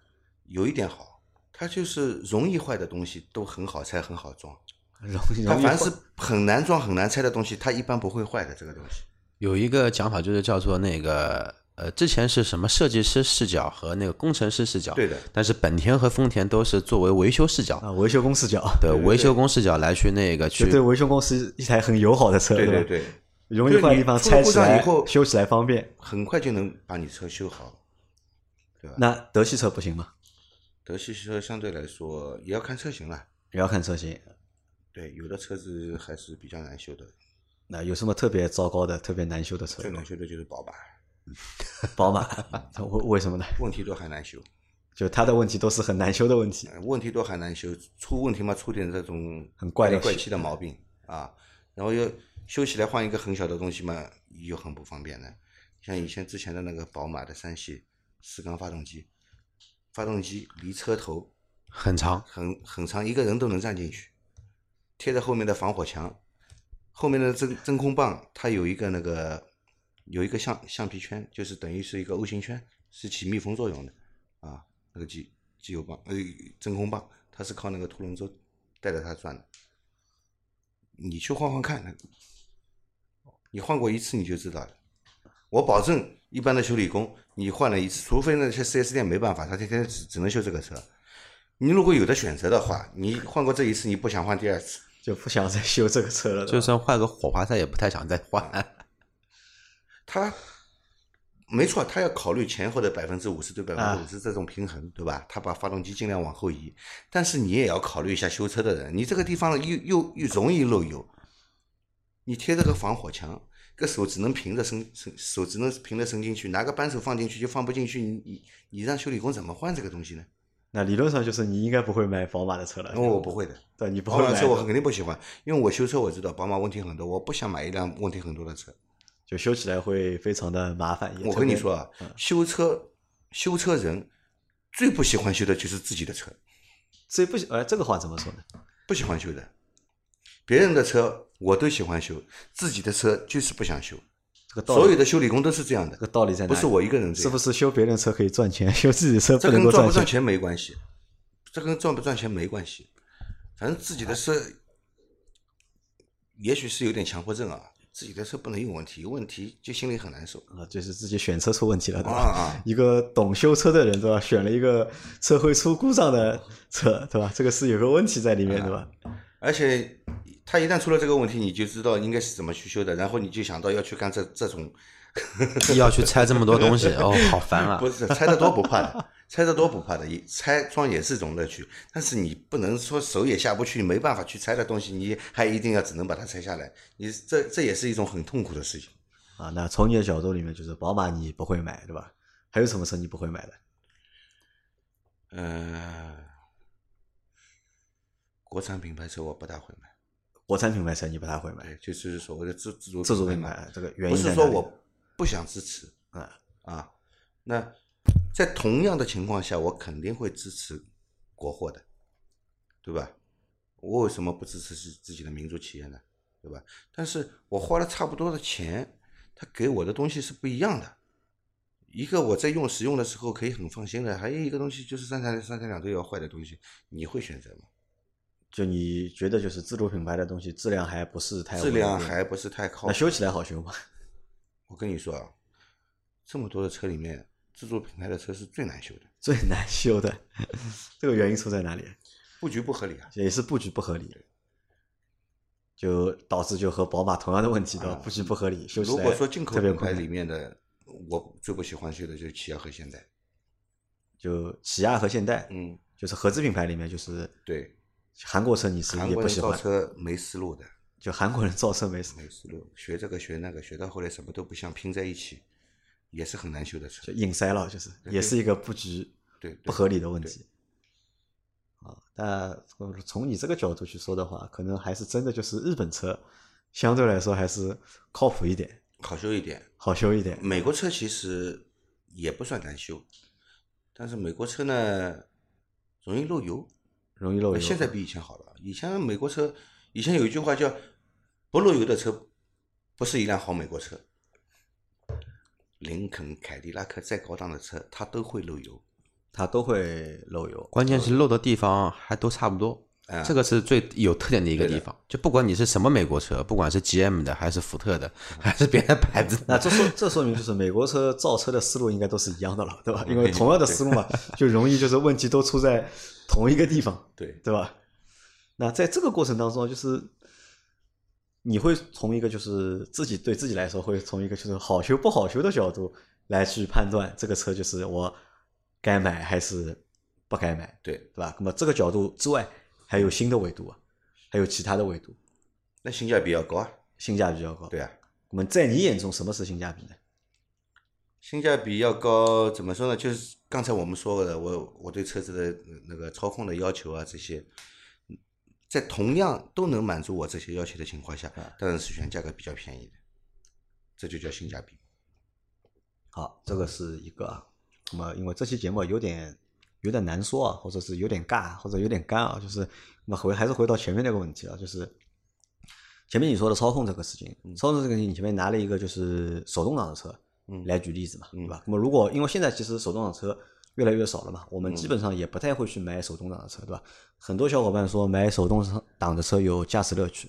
[SPEAKER 3] 有一点好，它就是容易坏的东西都很好拆，很好装。
[SPEAKER 1] 容易
[SPEAKER 3] 它
[SPEAKER 1] 容易
[SPEAKER 3] 凡
[SPEAKER 1] 坏
[SPEAKER 3] 是很难装、很难拆的东西，它一般不会坏的。这个东西，
[SPEAKER 2] 有一个讲法就是叫做那个呃，之前是什么设计师视角和那个工程师视角，
[SPEAKER 3] 对的
[SPEAKER 2] 但是本田和丰田都是作为维修视角，
[SPEAKER 1] 啊，维修公司角，
[SPEAKER 2] 对
[SPEAKER 3] 对对
[SPEAKER 2] 维修工视角来去那个
[SPEAKER 1] 就
[SPEAKER 2] 去
[SPEAKER 1] 对维修公司一台很友好的车，
[SPEAKER 3] 对
[SPEAKER 1] 吧
[SPEAKER 3] 对对，
[SPEAKER 1] 容易坏的地方
[SPEAKER 3] 就是
[SPEAKER 1] 拆
[SPEAKER 3] 你出了故
[SPEAKER 1] 起
[SPEAKER 3] 障
[SPEAKER 1] 来
[SPEAKER 3] 以后
[SPEAKER 1] 修起来方便。
[SPEAKER 3] 很快就能把你车修好。
[SPEAKER 1] 那德系车不行吗？
[SPEAKER 3] 德系车相对来说也要看车型了，
[SPEAKER 1] 也要看车型。
[SPEAKER 3] 对，有的车子还是比较难修的，
[SPEAKER 1] 那有什么特别糟糕的、特别难修的车
[SPEAKER 3] 最
[SPEAKER 1] 吗？
[SPEAKER 3] 难修的就是宝马，
[SPEAKER 1] 宝马， 为为什么呢？
[SPEAKER 3] 问题多还难修。
[SPEAKER 1] 就它的问题都是很难修的问题。
[SPEAKER 3] 呃问题多还难修，出问题嘛出点这种
[SPEAKER 1] 很怪的
[SPEAKER 3] 怪
[SPEAKER 1] 事
[SPEAKER 3] 气的毛病啊，然后又修起来换一个很小的东西嘛，又很不方便的。像以前之前的那个宝马的三系四缸发动机，发动机离车头
[SPEAKER 2] 很长，
[SPEAKER 3] 很很长，一个人都能站进去，贴着后面的防火墙，后面的真真空棒它有一个那个有一个橡橡皮圈，就是等于是一个 O 型圈，是起密封作用的啊。那个机机油棒呃真空棒，它是靠那个凸轮轴带着它转的。你去换换看，那个你换过一次你就知道了。我保证，一般的修理工，你换了一次，除非那些 4S 店没办法，他天天只只能修这个车。你如果有的选择的话，你换过这一次，你不想换第二次。
[SPEAKER 1] 就不想再修这个车了。对吧
[SPEAKER 2] 就算换个火花塞也不太想再 换。
[SPEAKER 3] 他没错，他要考虑前后的百分之五十对百分
[SPEAKER 1] 啊
[SPEAKER 3] 之五十这种平衡，对吧？他把发动机尽量往后移，但是你也要考虑一下修车的人，你这个地方又又又容易漏油，你贴着个防火墙，个手只能平着伸伸，手只能平着伸进去，拿个扳手放进去就放不进去，你你你让修理工怎么换这个东西呢？
[SPEAKER 1] 那理论上就是你应该不会买宝马的车了。
[SPEAKER 3] 因为哦我不会的，
[SPEAKER 1] 对，哎你不
[SPEAKER 3] 宝
[SPEAKER 1] 会
[SPEAKER 3] 马
[SPEAKER 1] 买
[SPEAKER 3] 车我
[SPEAKER 1] 的，
[SPEAKER 3] 肯定不喜欢，因为我修车我知道宝马问题很多，我不想买一辆问题很多的车。
[SPEAKER 1] 就修起来会非常的麻烦。也
[SPEAKER 3] 我
[SPEAKER 1] 特
[SPEAKER 3] 跟你
[SPEAKER 1] 别嗯
[SPEAKER 3] 说，啊，修车修车人最不喜欢修的就是自己的车，
[SPEAKER 1] 这不哎，这个话怎么说呢？
[SPEAKER 3] 不喜欢修的。别人的车我都喜欢修，自己的车就是不想修。
[SPEAKER 1] 这个道理，
[SPEAKER 3] 所有的修理工都是这样
[SPEAKER 1] 这个
[SPEAKER 3] 的，
[SPEAKER 1] 道理在哪里？
[SPEAKER 3] 不是我一个人这
[SPEAKER 1] 是
[SPEAKER 3] 样。
[SPEAKER 1] 不是修别人车可以赚钱， 修自己车不
[SPEAKER 3] 这
[SPEAKER 1] 能
[SPEAKER 3] 跟
[SPEAKER 1] 够
[SPEAKER 3] 赚不
[SPEAKER 1] 钱
[SPEAKER 3] 赚？钱没关系，这跟赚不赚钱没关系，反正自己的车，也许是有点强迫症啊，自己的车不能有问题，有问题就心里很难受。
[SPEAKER 1] 啊，就是自己选车出问题了，对
[SPEAKER 3] 啊
[SPEAKER 1] 吧？
[SPEAKER 3] 啊！
[SPEAKER 1] 一个懂修车的人，对吧？选了一个车会出故障的车，对吧？这个是有个问题在里面，对吧？
[SPEAKER 3] 而且他一旦出了这个问题，你就知道应该是怎么去修的，然后你就想到要去干这这种，
[SPEAKER 2] 要去拆这么多东西，哦，好烦啊！
[SPEAKER 3] 不是拆得多不怕的，猜得多不怕的，也拆装也是一种乐趣。但是你不能说手也下不去，没办法去拆的东西，你还一定要只能把它拆下来，你这这也是一种很痛苦的事情。
[SPEAKER 1] 啊，那从你的角度里面，就是宝马你不会买，对吧？还有什么车你不会买的？
[SPEAKER 3] 嗯，国产品牌车我不大会买，
[SPEAKER 1] 国产品牌车你不太会买，
[SPEAKER 3] 对，就是所谓的自自主
[SPEAKER 1] 自主品
[SPEAKER 3] 嘛，
[SPEAKER 1] 牌这个原因
[SPEAKER 3] 不是
[SPEAKER 1] 在
[SPEAKER 3] 说
[SPEAKER 1] 哪里
[SPEAKER 3] 我不想支持
[SPEAKER 1] 啊
[SPEAKER 3] 啊，那在同样的情况下，我肯定会支持国货的，对吧？我为什么不支持自自己的民族企业呢？对吧？但是我花了差不多的钱，他给我的东西是不一样的。一个我在用使用的时候可以很放心的，还有一个东西就是三长三长两短要坏的东西，你会选择吗？
[SPEAKER 1] 就你觉得就是自主品牌的东西质量还不是太
[SPEAKER 3] 质量
[SPEAKER 1] 稳定
[SPEAKER 3] 还不是太靠
[SPEAKER 1] 那
[SPEAKER 3] 谱。
[SPEAKER 1] 修起来好修吗？
[SPEAKER 3] 我跟你说啊，这么多的车里面，自主品牌的车是最难修的，
[SPEAKER 1] 最难修的，这个原因出在哪里？
[SPEAKER 3] 布局不合理啊。
[SPEAKER 1] 也是布局不合理，就导致就和宝马同样的问题，对吧？布局不合理，修起
[SPEAKER 3] 啊嗯如
[SPEAKER 1] 来
[SPEAKER 3] 果说进口
[SPEAKER 1] 特别
[SPEAKER 3] 品牌
[SPEAKER 1] 困
[SPEAKER 3] 里
[SPEAKER 1] 难。
[SPEAKER 3] 面的，我最不喜欢修的就是起亚和现代。
[SPEAKER 1] 就起亚和现代，
[SPEAKER 3] 嗯，
[SPEAKER 1] 就是合资品牌里面，就是
[SPEAKER 3] 对，
[SPEAKER 1] 韩国车你是
[SPEAKER 3] 韩
[SPEAKER 1] 也
[SPEAKER 3] 国
[SPEAKER 1] 不
[SPEAKER 3] 人
[SPEAKER 1] 喜
[SPEAKER 3] 造
[SPEAKER 1] 欢，
[SPEAKER 3] 车没思路的，
[SPEAKER 1] 就韩国人造车没什么，
[SPEAKER 3] 没思路，学这个学那个，学到后来什么都不像，拼在一起，也是很难修的车
[SPEAKER 1] 就。硬塞了，就是也是一个布局
[SPEAKER 3] 对，对
[SPEAKER 1] 不合理的问题。啊，但从你这个角度去说的话，可能还是真的就是日本车相对来说还是靠谱一点，
[SPEAKER 3] 好修一点。
[SPEAKER 1] 好修一点。
[SPEAKER 3] 美国车其实也不算难修，但是美国车呢容易漏油，
[SPEAKER 1] 容易漏油。
[SPEAKER 3] 哎现在比以前好了。以前美国车，以前有一句话叫“不漏油的车不是一辆好美国车”。林肯、凯迪拉克再高档的车，它都会漏油。
[SPEAKER 1] 它都会漏油。
[SPEAKER 2] 关键是漏的地方还都差不多，
[SPEAKER 1] 啊
[SPEAKER 2] 这个是最有特点的一个地方。就不管你是什么美国车，不管是 GM 的还是福特
[SPEAKER 1] 嗯
[SPEAKER 2] 的，还是别的牌 子
[SPEAKER 1] 那
[SPEAKER 2] 的，
[SPEAKER 1] 这说这说明就是美国车造车的思路应该都是一样的了，对吧？因为同样的思路嘛，就容易就是问题都出在同一个地方，
[SPEAKER 3] 对，
[SPEAKER 1] 对吧？那在这个过程当中，就是你会从一个就是自己对自己来说，会从一个就是好修不好修的角度来去判断这个车就是我该买还是不该买，
[SPEAKER 3] 对，
[SPEAKER 1] 对吧？那么这个角度之外，还有新的维度啊，还有其他的维度，
[SPEAKER 3] 那性价比要高啊。
[SPEAKER 1] 性价比较高。
[SPEAKER 3] 对啊，
[SPEAKER 1] 那么在你眼中，什么是性价比呢？
[SPEAKER 3] 性价比要高，怎么说呢？就是刚才我们说过的，我我对车子的呃那个操控的要求啊，这些，在同样都能满足我这些要求的情况下，当然是选价格比较便宜的，这就叫性价比。
[SPEAKER 1] 好，这个是一个啊。那么，因为这期节目有点有点难说啊，或者是有点尬，或者有点干啊，就是那么回还是回到前面那个问题啊，就是前面你说的操控这个事情，操控这个事情，你前面拿了一个就是手动挡的车
[SPEAKER 3] 嗯
[SPEAKER 1] 来举例子嘛，
[SPEAKER 3] 嗯
[SPEAKER 1] 对吧？那么如果因为现在其实手动挡车越来越少了嘛，我
[SPEAKER 3] 嗯
[SPEAKER 1] 们基本上也不太会去买手动挡的车，对吧？很多小伙伴说买手动挡的车有驾驶乐趣，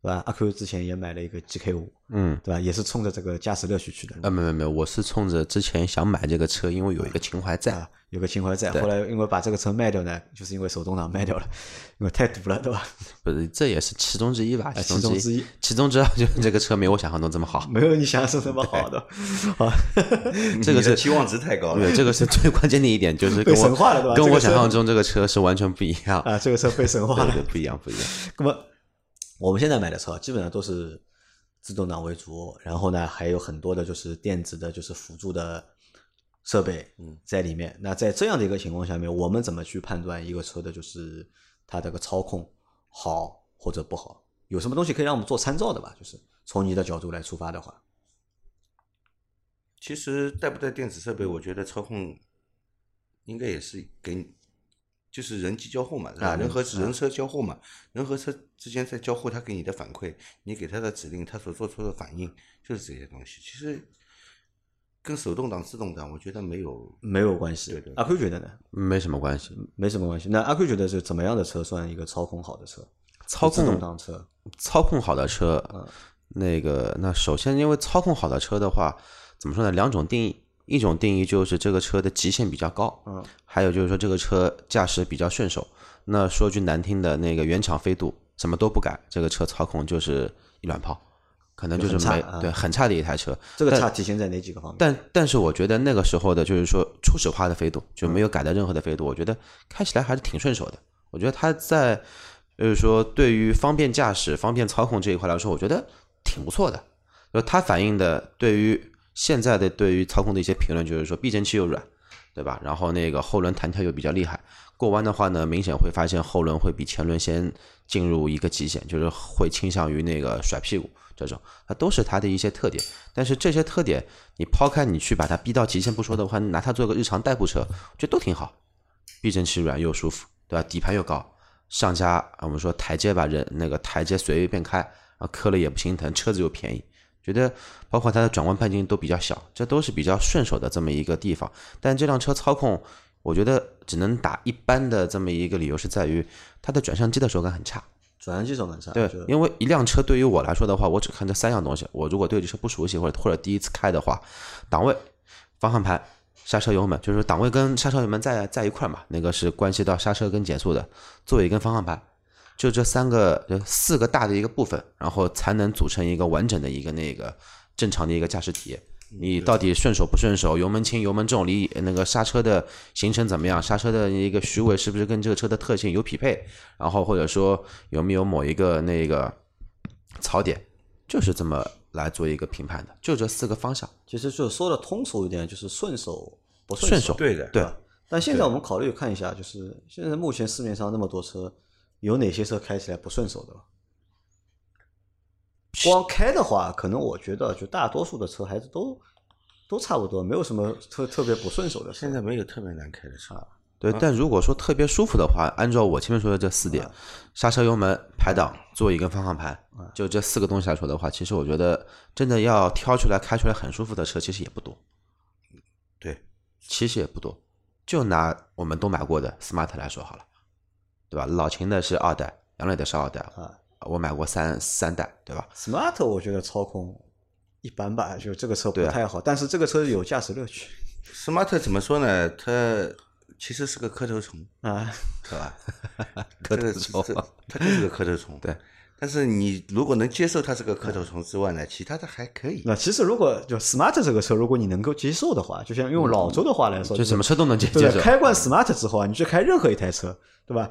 [SPEAKER 1] 对吧？阿 Q 之前也买了一个 GK 五，
[SPEAKER 2] 嗯。
[SPEAKER 1] 对吧？也是冲着这个驾驶乐趣
[SPEAKER 3] 嗯
[SPEAKER 1] 去的。
[SPEAKER 2] 啊，没有没有，我是冲着之前想买这个车，因为有一个情怀在
[SPEAKER 1] 啊，，有个情怀在。后来因为把这个车卖掉呢，就是因为手动挡卖掉了，因为太堵了，对吧？
[SPEAKER 2] 不是，这也是其中之一吧，
[SPEAKER 1] 哎
[SPEAKER 2] 其
[SPEAKER 1] 其中
[SPEAKER 2] 中之
[SPEAKER 1] 之一
[SPEAKER 2] 一，其中之二就是这个车没我想象中这么好，
[SPEAKER 1] 没有你想象中那么好的， 啊，
[SPEAKER 2] 这个
[SPEAKER 3] 你的
[SPEAKER 2] 是
[SPEAKER 3] 期望值太高了
[SPEAKER 2] 对，这个是最关键的一点，就是
[SPEAKER 1] 被
[SPEAKER 2] 跟
[SPEAKER 1] 神化了对吧
[SPEAKER 2] 我跟
[SPEAKER 1] 这
[SPEAKER 2] 我
[SPEAKER 1] 个车
[SPEAKER 2] 想象中这个车是完全不一样，
[SPEAKER 1] 啊，这个车被神化
[SPEAKER 2] 对
[SPEAKER 1] 了
[SPEAKER 2] 对，。不一样不一样。
[SPEAKER 1] 那么我们现在买的车基本上都是自动挡为主，然后呢还有很多的就是电子的，就是辅助的设备
[SPEAKER 2] 嗯
[SPEAKER 1] 在里面。那在这样的一个情况下面，我们怎么去判断一个车的就是它这个操控好或者不好？有什么东西可以让我们做参照的吧？就是从你的角度来出发的话，
[SPEAKER 3] 其实带不带电子设备，我觉得操控应该也是给你，就是人机交互嘛，
[SPEAKER 1] 啊
[SPEAKER 3] 人和
[SPEAKER 1] 人
[SPEAKER 3] 人车交互嘛，人和车之间在交互，它给你的反馈，你给它的指令，它所做出的反应，就是这些东西。其实跟手动挡、自动挡，我觉得没有
[SPEAKER 1] 没有关系。
[SPEAKER 3] 对对
[SPEAKER 1] 阿 Q 觉得呢？
[SPEAKER 2] 没什么关系，
[SPEAKER 1] 没什么关系。那阿 Q 觉得是怎么样的车算一个操控好的车？
[SPEAKER 2] 操
[SPEAKER 1] 自动
[SPEAKER 2] 控
[SPEAKER 1] 挡车
[SPEAKER 2] 操控好的车，那个那首先因为操控好的车的话，怎么说呢？两种定义，一种定义就是这个车的极限比较高，
[SPEAKER 1] 嗯，
[SPEAKER 2] 还有就是说这个车驾驶比较顺手。那说句难听的，那个原厂飞度什么都不改，这个车操控就是一卵泡，可能
[SPEAKER 1] 就
[SPEAKER 2] 就是
[SPEAKER 1] 很差
[SPEAKER 2] 没
[SPEAKER 1] 啊
[SPEAKER 2] 对很差的一台车。
[SPEAKER 1] 这个
[SPEAKER 2] 但
[SPEAKER 1] 差体现在哪几个方面？
[SPEAKER 2] 但但是我觉得那个时候的就是说初始化的飞度就没有改到任何的飞度，我觉得开起来还是挺顺手的。我觉得它在就是说对于方便驾驶、方便操控这一块来说，我觉得挺不错的。就它反映的对于现在的对于操控的一些评论，就是说避震器又软，对吧？然后那个后轮弹跳又比较厉害。过弯的话呢，明显会发现后轮会比前轮先进入一个极限，就是会倾向于那个甩屁股这种，它都是它的一些特点。但是这些特点，你抛开你去把它逼到极限不说的话，你拿它做个日常代步车，我觉得都挺好。避震器软又舒服，对吧？底盘又高，上家啊我们说台阶吧，人那个台阶随便开，啊磕了也不心疼，车子又便宜，觉得包括它的转弯半径都比较小，这都是比较顺手的这么一个地方。但这辆车操控，我觉得只能打一般的这么一个理由是在于它的转向机的手感很差。
[SPEAKER 1] 转向机手感差，
[SPEAKER 2] 对
[SPEAKER 1] 就，
[SPEAKER 2] 因为一辆车对于我来说的话，我只看这三样东西。我如果对这车不熟悉，或者或者第一次开的话，档位、方向盘、刹车油门，就是档位跟刹车油门在在一块儿嘛，那个是关系到刹车跟减速的，座椅跟方向盘，就这三个呃四个大的一个部分，然后才能组成一个完整的一个那个正常的一个驾驶体验。你到底顺手不顺手？油门轻、油门重，离那个刹车的行程怎么样？刹车的一个虚位是不是跟这个车的特性有匹配？然后或者说有没有某一个那个槽点，就是这么来做一个评判的，就这四个方向。
[SPEAKER 1] 其实就说的通俗一点，就是顺手不
[SPEAKER 2] 顺
[SPEAKER 1] 手。
[SPEAKER 2] 手
[SPEAKER 3] 对的，
[SPEAKER 2] 对
[SPEAKER 1] 吧但现在我们考虑看一下，就是现在目前市面上那么多车，有哪些车开起来不顺手的吧？光开的话，可能我觉得就大多数的车还是都都差不多，没有什么特特别不顺手的车。
[SPEAKER 3] 现在没有特别难开的车，
[SPEAKER 2] 对，
[SPEAKER 1] 嗯
[SPEAKER 2] 但如果说特别舒服的话，按照我前面说的这四点，刹车、油门、排档、座椅跟方向盘，
[SPEAKER 1] 嗯
[SPEAKER 2] 就这四个东西来说的话，其实我觉得真的要挑出来开出来很舒服的车，其实也不多，
[SPEAKER 3] 对，
[SPEAKER 2] 其实也不多。就拿我们都买过的 smart 来说好了，对吧？老秦的是二代，杨磊的是二代，
[SPEAKER 1] 啊
[SPEAKER 2] 我买过三三代，对吧？
[SPEAKER 1] smart 我觉得操控一般吧，就这个车不
[SPEAKER 2] 对啊
[SPEAKER 1] 太好，但是这个车有驾驶乐趣
[SPEAKER 3] smart 怎么说呢？它其实是个磕头虫，
[SPEAKER 1] 啊。
[SPEAKER 3] 是吧？
[SPEAKER 2] 磕头
[SPEAKER 3] 这个
[SPEAKER 2] 虫
[SPEAKER 3] 这它就是个磕 头虫。
[SPEAKER 2] 对，
[SPEAKER 3] 但是你如果能接受它是个磕头虫之外呢，其他的还可以。
[SPEAKER 1] 那其实如果就 smart 这个车，如果你能够接受的话，就像用老周的话来说，
[SPEAKER 2] 就什么车都能接
[SPEAKER 1] 对
[SPEAKER 2] 接
[SPEAKER 1] 吧？
[SPEAKER 2] 受。
[SPEAKER 1] 开惯 smart 之后啊，你去开任何一台车，对吧？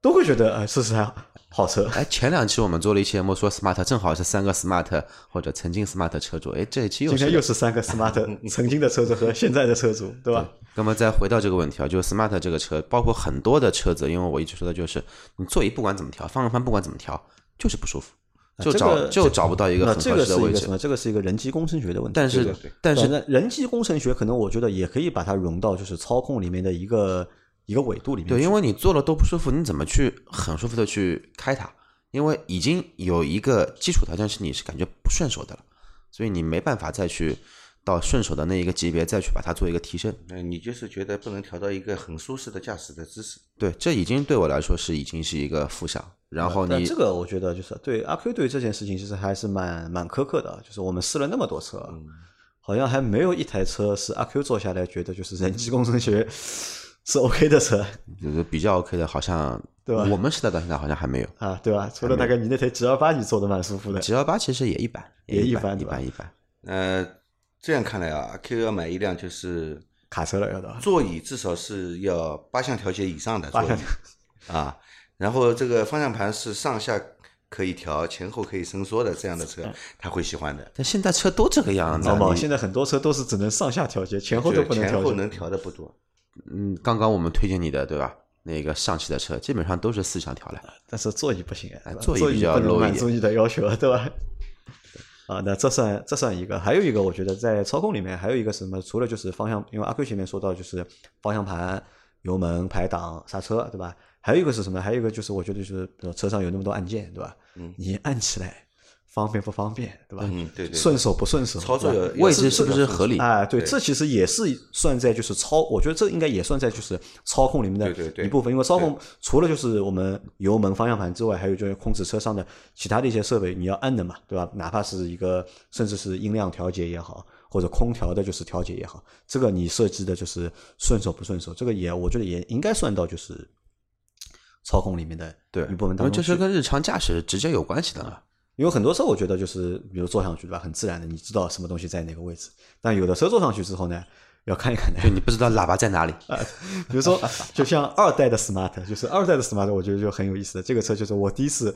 [SPEAKER 1] 都会觉得呃，这是台好车。
[SPEAKER 2] 哎，前两期我们做了一期节目，说 smart 正好是三个 smart 或者曾经 smart 车主。哎，这一期又
[SPEAKER 1] 今
[SPEAKER 2] 是嗯
[SPEAKER 1] 天又是三个 smart 曾经的车主和现在的车主，对吧？
[SPEAKER 2] 那么再回到这个问题啊，就是 smart 这个车，包括很多的车子，因为我一直说的就是，你座椅不管怎么调，方向盘不管怎么调，就是不舒服，就
[SPEAKER 1] 啊这
[SPEAKER 2] 找、
[SPEAKER 1] 个
[SPEAKER 2] 就找不到一个
[SPEAKER 1] 那
[SPEAKER 2] 很
[SPEAKER 1] 这
[SPEAKER 2] 合
[SPEAKER 1] 个
[SPEAKER 2] 适
[SPEAKER 1] 是
[SPEAKER 2] 的
[SPEAKER 1] 一
[SPEAKER 2] 位
[SPEAKER 1] 个什
[SPEAKER 2] 置。
[SPEAKER 1] 么？这个是一个人机工程学的问题。
[SPEAKER 2] 但
[SPEAKER 1] 这
[SPEAKER 2] 是
[SPEAKER 1] 个
[SPEAKER 2] 但是
[SPEAKER 1] 反正人机工程学可能我觉得也可以把它融到就是操控里面的一个一个维度里面去。
[SPEAKER 2] 对，因为你坐了都不舒服，你怎么去很舒服的去开它？因为已经有一个基础条件是你是感觉不顺手的了，所以你没办法再去到顺手的那一个级别再去把它做一个提升。
[SPEAKER 3] 那你就是觉得不能调到一个很舒适的驾驶的姿势。
[SPEAKER 2] 对，这已经对我来说是已经是一个负向。然
[SPEAKER 3] 哦
[SPEAKER 2] 后
[SPEAKER 1] 啊但
[SPEAKER 2] 你
[SPEAKER 1] 这个我觉得就是对阿 Q 对这件事情其实还是蛮蛮苛刻的，啊就是我们试了那么多车，啊
[SPEAKER 3] 嗯
[SPEAKER 1] 好像还没有一台车是阿 Q 坐下来觉得就是人
[SPEAKER 3] 嗯
[SPEAKER 1] 机工程学是 OK 的车
[SPEAKER 2] 就是比较 OK 的，好像
[SPEAKER 1] 对吧
[SPEAKER 2] 我们时代到现在好像还没有。
[SPEAKER 1] 啊，对吧？除了大概你那台 G 二八，你坐的蛮舒服的，
[SPEAKER 3] 嗯
[SPEAKER 2] G 幺八其实也一般，
[SPEAKER 1] 也一
[SPEAKER 2] 一
[SPEAKER 1] 般
[SPEAKER 2] 一
[SPEAKER 1] 对吧
[SPEAKER 2] 般一般。
[SPEAKER 3] 呃，这样看来啊阿，Q 要买一辆就是
[SPEAKER 1] 卡车了要的，啊
[SPEAKER 3] 座椅至少是要八项调节以上的座
[SPEAKER 1] 八项
[SPEAKER 3] 椅啊，然后这个方向盘是上下可以调，前后可以伸缩的这样的车，
[SPEAKER 1] 嗯
[SPEAKER 3] 他会喜欢的。
[SPEAKER 2] 但现在车都这个样子
[SPEAKER 1] 好
[SPEAKER 2] 啊，
[SPEAKER 1] 不好？
[SPEAKER 2] 你
[SPEAKER 1] 现在很多车都是只能上下调节，前后都
[SPEAKER 3] 就
[SPEAKER 1] 不能
[SPEAKER 3] 前
[SPEAKER 1] 调
[SPEAKER 3] 后能
[SPEAKER 1] 节。
[SPEAKER 3] 调的不多，
[SPEAKER 2] 嗯，刚刚我们推荐你的对吧？那个上汽的车基本上都是四项调了。
[SPEAKER 1] 但是座椅不行，对吧
[SPEAKER 2] 哎座椅
[SPEAKER 1] 座
[SPEAKER 2] 比
[SPEAKER 1] 椅不
[SPEAKER 2] 较
[SPEAKER 1] 能
[SPEAKER 2] low 一
[SPEAKER 1] 满
[SPEAKER 2] 点
[SPEAKER 1] 足你的要求，对吧？啊，那这算这算一个，还有一个，我觉得在操控里面还有一个什么，除了就是方向，因为阿 Q 前面说到就是方向盘、油门、排档、刹车，对吧？还有一个是什么？还有一个就是我觉得就是比如车上有那么多按键，对吧？
[SPEAKER 3] 嗯
[SPEAKER 1] 你按起来方便不方便，对吧？
[SPEAKER 3] 嗯对对对
[SPEAKER 1] 顺手不顺手，
[SPEAKER 3] 操作
[SPEAKER 1] 对吧
[SPEAKER 3] 有
[SPEAKER 2] 位置是不是合理？
[SPEAKER 1] 啊，对，
[SPEAKER 3] 对
[SPEAKER 1] 这其实也是算在就是操，我觉得这应该也算在就是操控里面
[SPEAKER 3] 对对
[SPEAKER 1] 的
[SPEAKER 3] 对
[SPEAKER 1] 一部分，因为操控除了就是我们油门、方向盘之外，还有就是控制车上的其他的一些设备，你要按的嘛，对吧？哪怕是一个甚至是音量调节也好，或者空调的就是调节也好，这个你设计的就是顺手不顺手，这个也我觉得也应该算到就是操控里面的
[SPEAKER 2] 对，
[SPEAKER 1] 一部分
[SPEAKER 2] 因
[SPEAKER 1] 当中
[SPEAKER 2] 为这
[SPEAKER 1] 去。
[SPEAKER 2] 是跟日常驾驶直接有关系的了。
[SPEAKER 1] 因为很多车我觉得就是，比如坐上去对吧，很自然的，你知道什么东西在哪个位置。但有的车坐上去之后呢，要看一看的。
[SPEAKER 2] 就你不知道喇叭在哪里，
[SPEAKER 1] 啊比如说，就像二代的 smart，就是二代的 smart，我觉得就很有意思的。这个车就是我第一次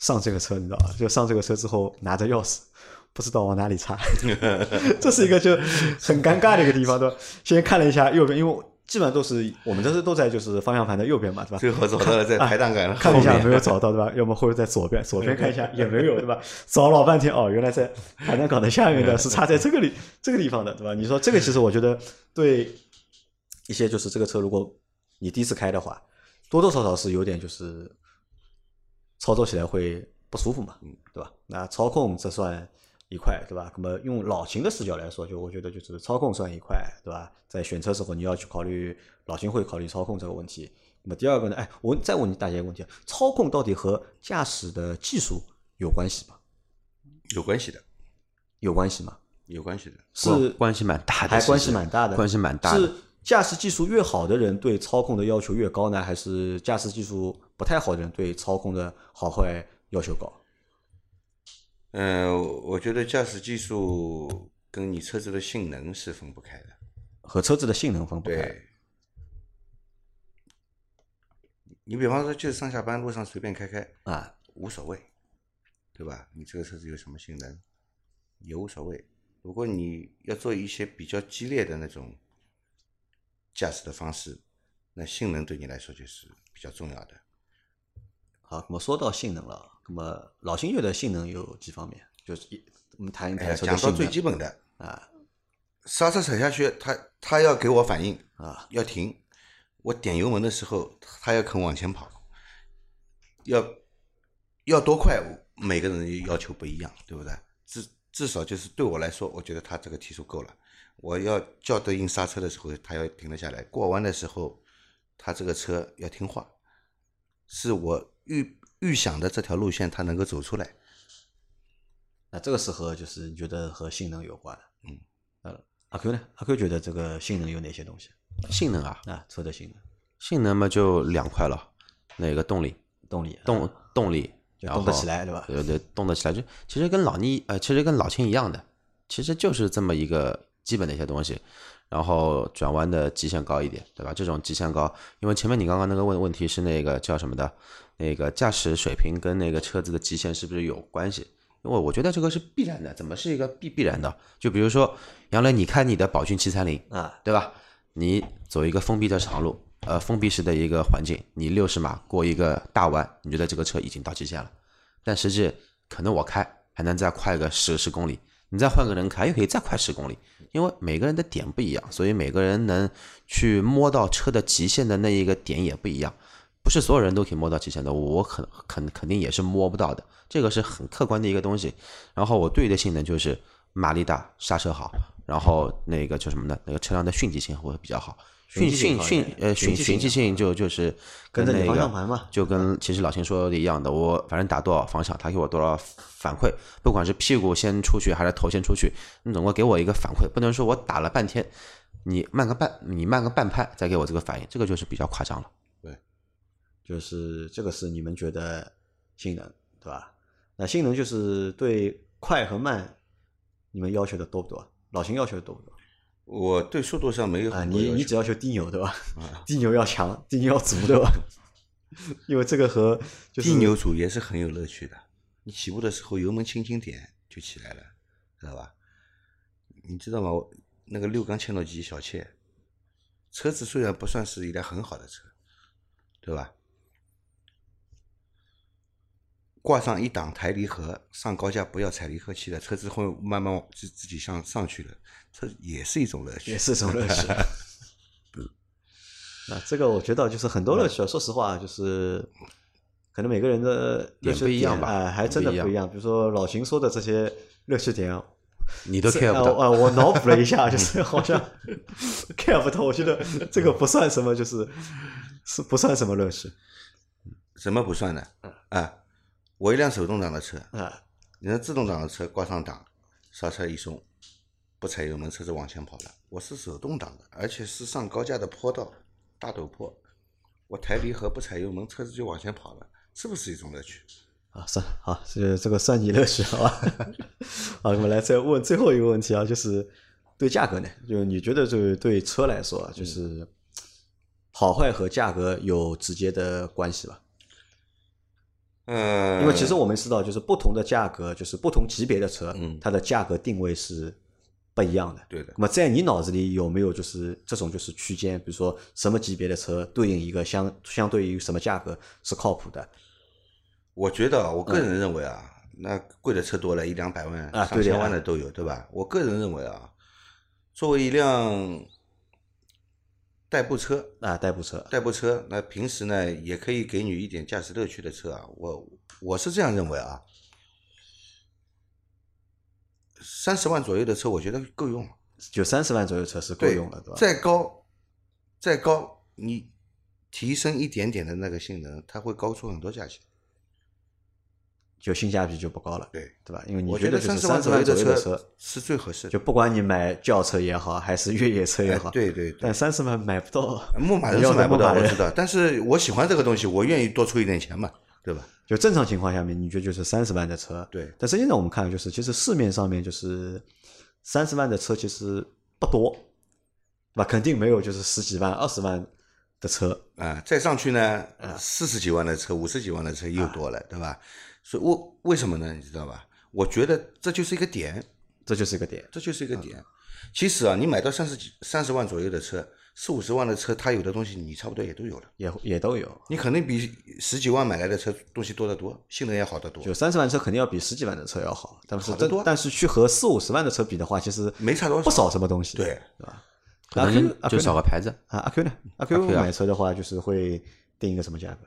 [SPEAKER 1] 上这个车，你知道吧？就上这个车之后拿着钥匙，不知道往哪里插，这是一个就很尴尬的一个地方，对吧？先看了一下右边，因为我基本上都是我们这是都在就是方向盘的右边嘛，对吧？
[SPEAKER 3] 最后走到了在排档杆的
[SPEAKER 1] 看
[SPEAKER 3] 后
[SPEAKER 1] 了一下
[SPEAKER 3] 面，
[SPEAKER 1] 没有找到对吧？要么或者在左边，左边看一下也没有对吧？找老半天哦，原来在海南港的下面的是插在这个里这个地方的对吧？你说这个其实我觉得对一些就是这个车，如果你第一次开的话，多多少少是有点就是操作起来会不舒服嘛，对吧？那操控这算一块，对吧？那么用老秦的视角来说，就我觉得就是操控算一块，对吧？在选车时候你要去考虑，老秦会考虑操控这个问题。那么第二个呢？哎，我再问你大家一个问题：啊操控到底和驾驶的技术有关系吗？
[SPEAKER 3] 有关系的，
[SPEAKER 1] 有关系吗？
[SPEAKER 3] 有关系的。
[SPEAKER 1] 是
[SPEAKER 2] 关系蛮大的，
[SPEAKER 1] 还
[SPEAKER 2] 其实
[SPEAKER 1] 关系蛮大的，
[SPEAKER 2] 关系蛮大的
[SPEAKER 1] 是。驾驶技术越好的人对操控的要求越高呢，还是驾驶技术不太好的人对操控的好坏要求高？
[SPEAKER 3] 嗯，我我觉得驾驶技术跟你车子的性能是分不开的。
[SPEAKER 1] 和车子的性能分不开
[SPEAKER 3] 对。，你比方说，就是上下班路上随便开开，
[SPEAKER 1] 啊，
[SPEAKER 3] 无所谓，对吧？你这个车子有什么性能也无所谓。如果你要做一些比较激烈的那种驾驶的方式，那性能对你来说就是比较重要的。
[SPEAKER 1] 好，那么说到性能了，那么老星越的性能有几方面？就是一，我们谈一
[SPEAKER 3] 哎
[SPEAKER 1] 谈
[SPEAKER 3] 呀，
[SPEAKER 1] 车的
[SPEAKER 3] 讲
[SPEAKER 1] 性
[SPEAKER 3] 到
[SPEAKER 1] 能
[SPEAKER 3] 最基本的，
[SPEAKER 1] 啊
[SPEAKER 3] 刹车踩下去，它它要给我反应，
[SPEAKER 1] 啊，
[SPEAKER 3] 要停。我点油门的时候，它要肯往前跑，要要多快，每个人要求不一样，对不对？至至少就是对我来说，我觉得它这个提速够了。我要叫对应刹车的时候，它要停得下来；过弯的时候，它这个车要听话，是我预预想的这条路线它能够走出来。
[SPEAKER 1] 那这个是和就是你觉得和性能有关的？嗯，呃，阿 Q 呢？阿 Q 觉得这个性能有哪些东西？
[SPEAKER 2] 性能啊，
[SPEAKER 1] 啊，车的性能、
[SPEAKER 2] 性能嘛就两块了，那个动力，
[SPEAKER 1] 动力、
[SPEAKER 2] 动动力，
[SPEAKER 1] 就
[SPEAKER 2] 然后
[SPEAKER 1] 动得起来对吧
[SPEAKER 2] 对对，动得起来，就其实跟老倪呃，其实跟老秦一样的，其实就是这么一个基本的一些东西。然后转弯的极限高一点，对吧？这种极限高，因为前面你刚刚那个问问题是那个叫什么的，那个驾驶水平跟那个车子的极限是不是有关系？因为我觉得这个是必然的，怎么是一个必必然的？就比如说杨磊，你开你的宝骏七三零，
[SPEAKER 1] 啊，
[SPEAKER 2] 对吧？你走一个封闭的长路，呃，封闭式的一个环境，你六十码过一个大弯，你觉得这个车已经到极限了，但实际可能我开还能再快个十十公里，你再换个人开又可以再快十公里，因为每个人的点不一样，所以每个人能去摸到车的极限的那一个点也不一样。不是所有人都可以摸到极限的，我肯肯肯定也是摸不到的，这个是很客观的一个东西。然后我对的性能就是马力大，刹车好，然后那个叫什么呢？那个车辆的迅疾性会比较好。
[SPEAKER 1] 循
[SPEAKER 2] 迅
[SPEAKER 1] 迹性
[SPEAKER 2] 迅
[SPEAKER 1] 好一
[SPEAKER 2] 迅
[SPEAKER 1] 点
[SPEAKER 2] 呃
[SPEAKER 1] 循
[SPEAKER 2] 迅
[SPEAKER 1] 迹性
[SPEAKER 2] 迅迹性就就是
[SPEAKER 1] 跟着
[SPEAKER 2] 那
[SPEAKER 1] 你
[SPEAKER 2] 个
[SPEAKER 1] 方向盘嘛
[SPEAKER 2] 就跟其实老秦说的一样的，我反正打多少方向，他给我多少反馈，不管是屁股先出去还是头先出去，你总归给我一个反馈，不能说我打了半天，你慢个半你慢个半拍再给我这个反应，这个就是比较夸张了。
[SPEAKER 1] 就是这个是你们觉得性能对吧？那性能就是对快和慢，你们要求的多不多？老秦要求的多不多？
[SPEAKER 3] 我对速度上没有
[SPEAKER 1] 啊，
[SPEAKER 3] 很多
[SPEAKER 1] 你
[SPEAKER 3] 要
[SPEAKER 1] 你
[SPEAKER 3] 求
[SPEAKER 1] 只要求低扭对吧？
[SPEAKER 3] 啊
[SPEAKER 1] 低扭要强，低扭要足对吧？ 因为这个 和就是
[SPEAKER 3] 地牛组也是很有乐趣的。你起步的时候油门轻轻点就起来了，知道吧？你知道吗？我那个六缸切诺基小切，车子虽然不算是一辆很好的车，对吧？挂上一档抬离合，上高架不要踩离合器的车子会慢慢自自己上上去了，这也是一种乐趣。
[SPEAKER 1] 也是一种乐 趣。嗯那这个我觉得就是很多乐
[SPEAKER 2] 嗯
[SPEAKER 1] 趣啊，说实话就是。可能每个人的乐
[SPEAKER 2] 点
[SPEAKER 1] 趣
[SPEAKER 2] 不一样吧
[SPEAKER 1] 哎，还真的
[SPEAKER 2] 不一样
[SPEAKER 1] 不一样。比如说老秦说的这些乐趣点，
[SPEAKER 2] 你都
[SPEAKER 1] 这
[SPEAKER 2] care 不到，
[SPEAKER 1] 呃呃我脑补了一 下，就是好像 care 不到，我觉得这个不算什么，就是是不算什么乐趣
[SPEAKER 3] 什么不算呢？
[SPEAKER 1] 嗯
[SPEAKER 3] 啊，我一辆手动挡的车，
[SPEAKER 1] 啊。
[SPEAKER 3] 你的自动挡的车挂上档，刹车一松，不踩油门，车子往前跑了。我是手动挡的，而且是上高架的坡道，大陡坡，我抬离合不踩油门，车子就往前跑了，是不是一种乐趣？
[SPEAKER 1] 啊，算好，这这个算你乐趣，好吧？ 好，我们来再问最后一个问题啊，就是对价格呢，就是你觉得就是对车来说啊，
[SPEAKER 3] 嗯
[SPEAKER 1] 就是好坏和价格有直接的关系吧？
[SPEAKER 3] 嗯，
[SPEAKER 1] 因为其实我们知道，就是不同的价格，就是不同级别的车，
[SPEAKER 3] 嗯
[SPEAKER 1] 它的价格定位是不一样的。
[SPEAKER 3] 对的，
[SPEAKER 1] 那么在你脑子里有没有就是这种就是区间，比如说什么级别的车对应一个相相对于什么价格是靠谱的
[SPEAKER 3] 我觉得啊我个人认为啊，那贵的车多了一两百万、
[SPEAKER 1] 啊
[SPEAKER 3] 上
[SPEAKER 1] 对的
[SPEAKER 3] 千万的都有，对吧？我个人认为啊，作为一辆代步车，
[SPEAKER 1] 啊？代步车，
[SPEAKER 3] 代步车，那平时呢也可以给你一点驾驶乐趣的车啊，我我是这样认为啊，三十万左右的车，我觉得够用了，
[SPEAKER 1] 就三十万左右车是够
[SPEAKER 3] 对
[SPEAKER 1] 用了，对吧？
[SPEAKER 3] 再高，再高，你提升一点点的那个性能，它会高出很多价钱。
[SPEAKER 1] 就性价比就不高了，
[SPEAKER 3] 对，
[SPEAKER 1] 对吧？因为你
[SPEAKER 3] 我
[SPEAKER 1] 觉
[SPEAKER 3] 觉得
[SPEAKER 1] 就是
[SPEAKER 3] 三十
[SPEAKER 1] 三
[SPEAKER 3] 万
[SPEAKER 1] 十
[SPEAKER 3] 左右
[SPEAKER 1] 万左
[SPEAKER 3] 的
[SPEAKER 1] 右的车，
[SPEAKER 3] 是最合适的。
[SPEAKER 1] 就不管你买轿车也好，还是越野车也
[SPEAKER 3] 哎
[SPEAKER 1] 好，，
[SPEAKER 3] 对对对，
[SPEAKER 1] 但三十万买不到，
[SPEAKER 3] 牧马人
[SPEAKER 1] 你要
[SPEAKER 3] 是
[SPEAKER 1] 买
[SPEAKER 3] 买不
[SPEAKER 1] 牧马
[SPEAKER 3] 到，我
[SPEAKER 1] 人
[SPEAKER 3] 知道，但是我喜欢这个东西，我愿意多出一点钱嘛，对吧？
[SPEAKER 1] 就正常情况下面，你觉得就是三十万的车，
[SPEAKER 3] 对
[SPEAKER 1] 但实际上我们看，就是其实市面上面就是三十万的车其实不多，对吧？肯定没有就是十几万、二十万的车，
[SPEAKER 3] 啊，再上去呢，四十几万的车、五十几万的车又多了，对吧？所以我为什么呢？你知道吧？我觉得这就是一个点，
[SPEAKER 1] 这就是一个点。
[SPEAKER 3] 这就是一个点。其实啊，你买到三十几、三十万左右的车，四五十万的车，它有的东西你差不多也都有了，
[SPEAKER 1] 也也都有，
[SPEAKER 3] 你肯定比十几万买来的车东西多得多，性能也好得多
[SPEAKER 1] 就，三十万车肯定要比十几万的车要好，但是
[SPEAKER 3] 好得
[SPEAKER 1] 这
[SPEAKER 3] 多
[SPEAKER 1] 但是去和四五十万的车比的话，其实
[SPEAKER 3] 没差多少
[SPEAKER 1] 不少什么东西，
[SPEAKER 3] 对
[SPEAKER 1] 对吧？
[SPEAKER 2] 可
[SPEAKER 1] 那阿 Q
[SPEAKER 2] 能
[SPEAKER 1] 阿 Q
[SPEAKER 2] 就
[SPEAKER 1] 呢
[SPEAKER 2] 少个牌子。
[SPEAKER 1] 啊，阿 Q 呢？阿 Q
[SPEAKER 2] Q 啊
[SPEAKER 1] 买车的话，就是会定一个什么价格？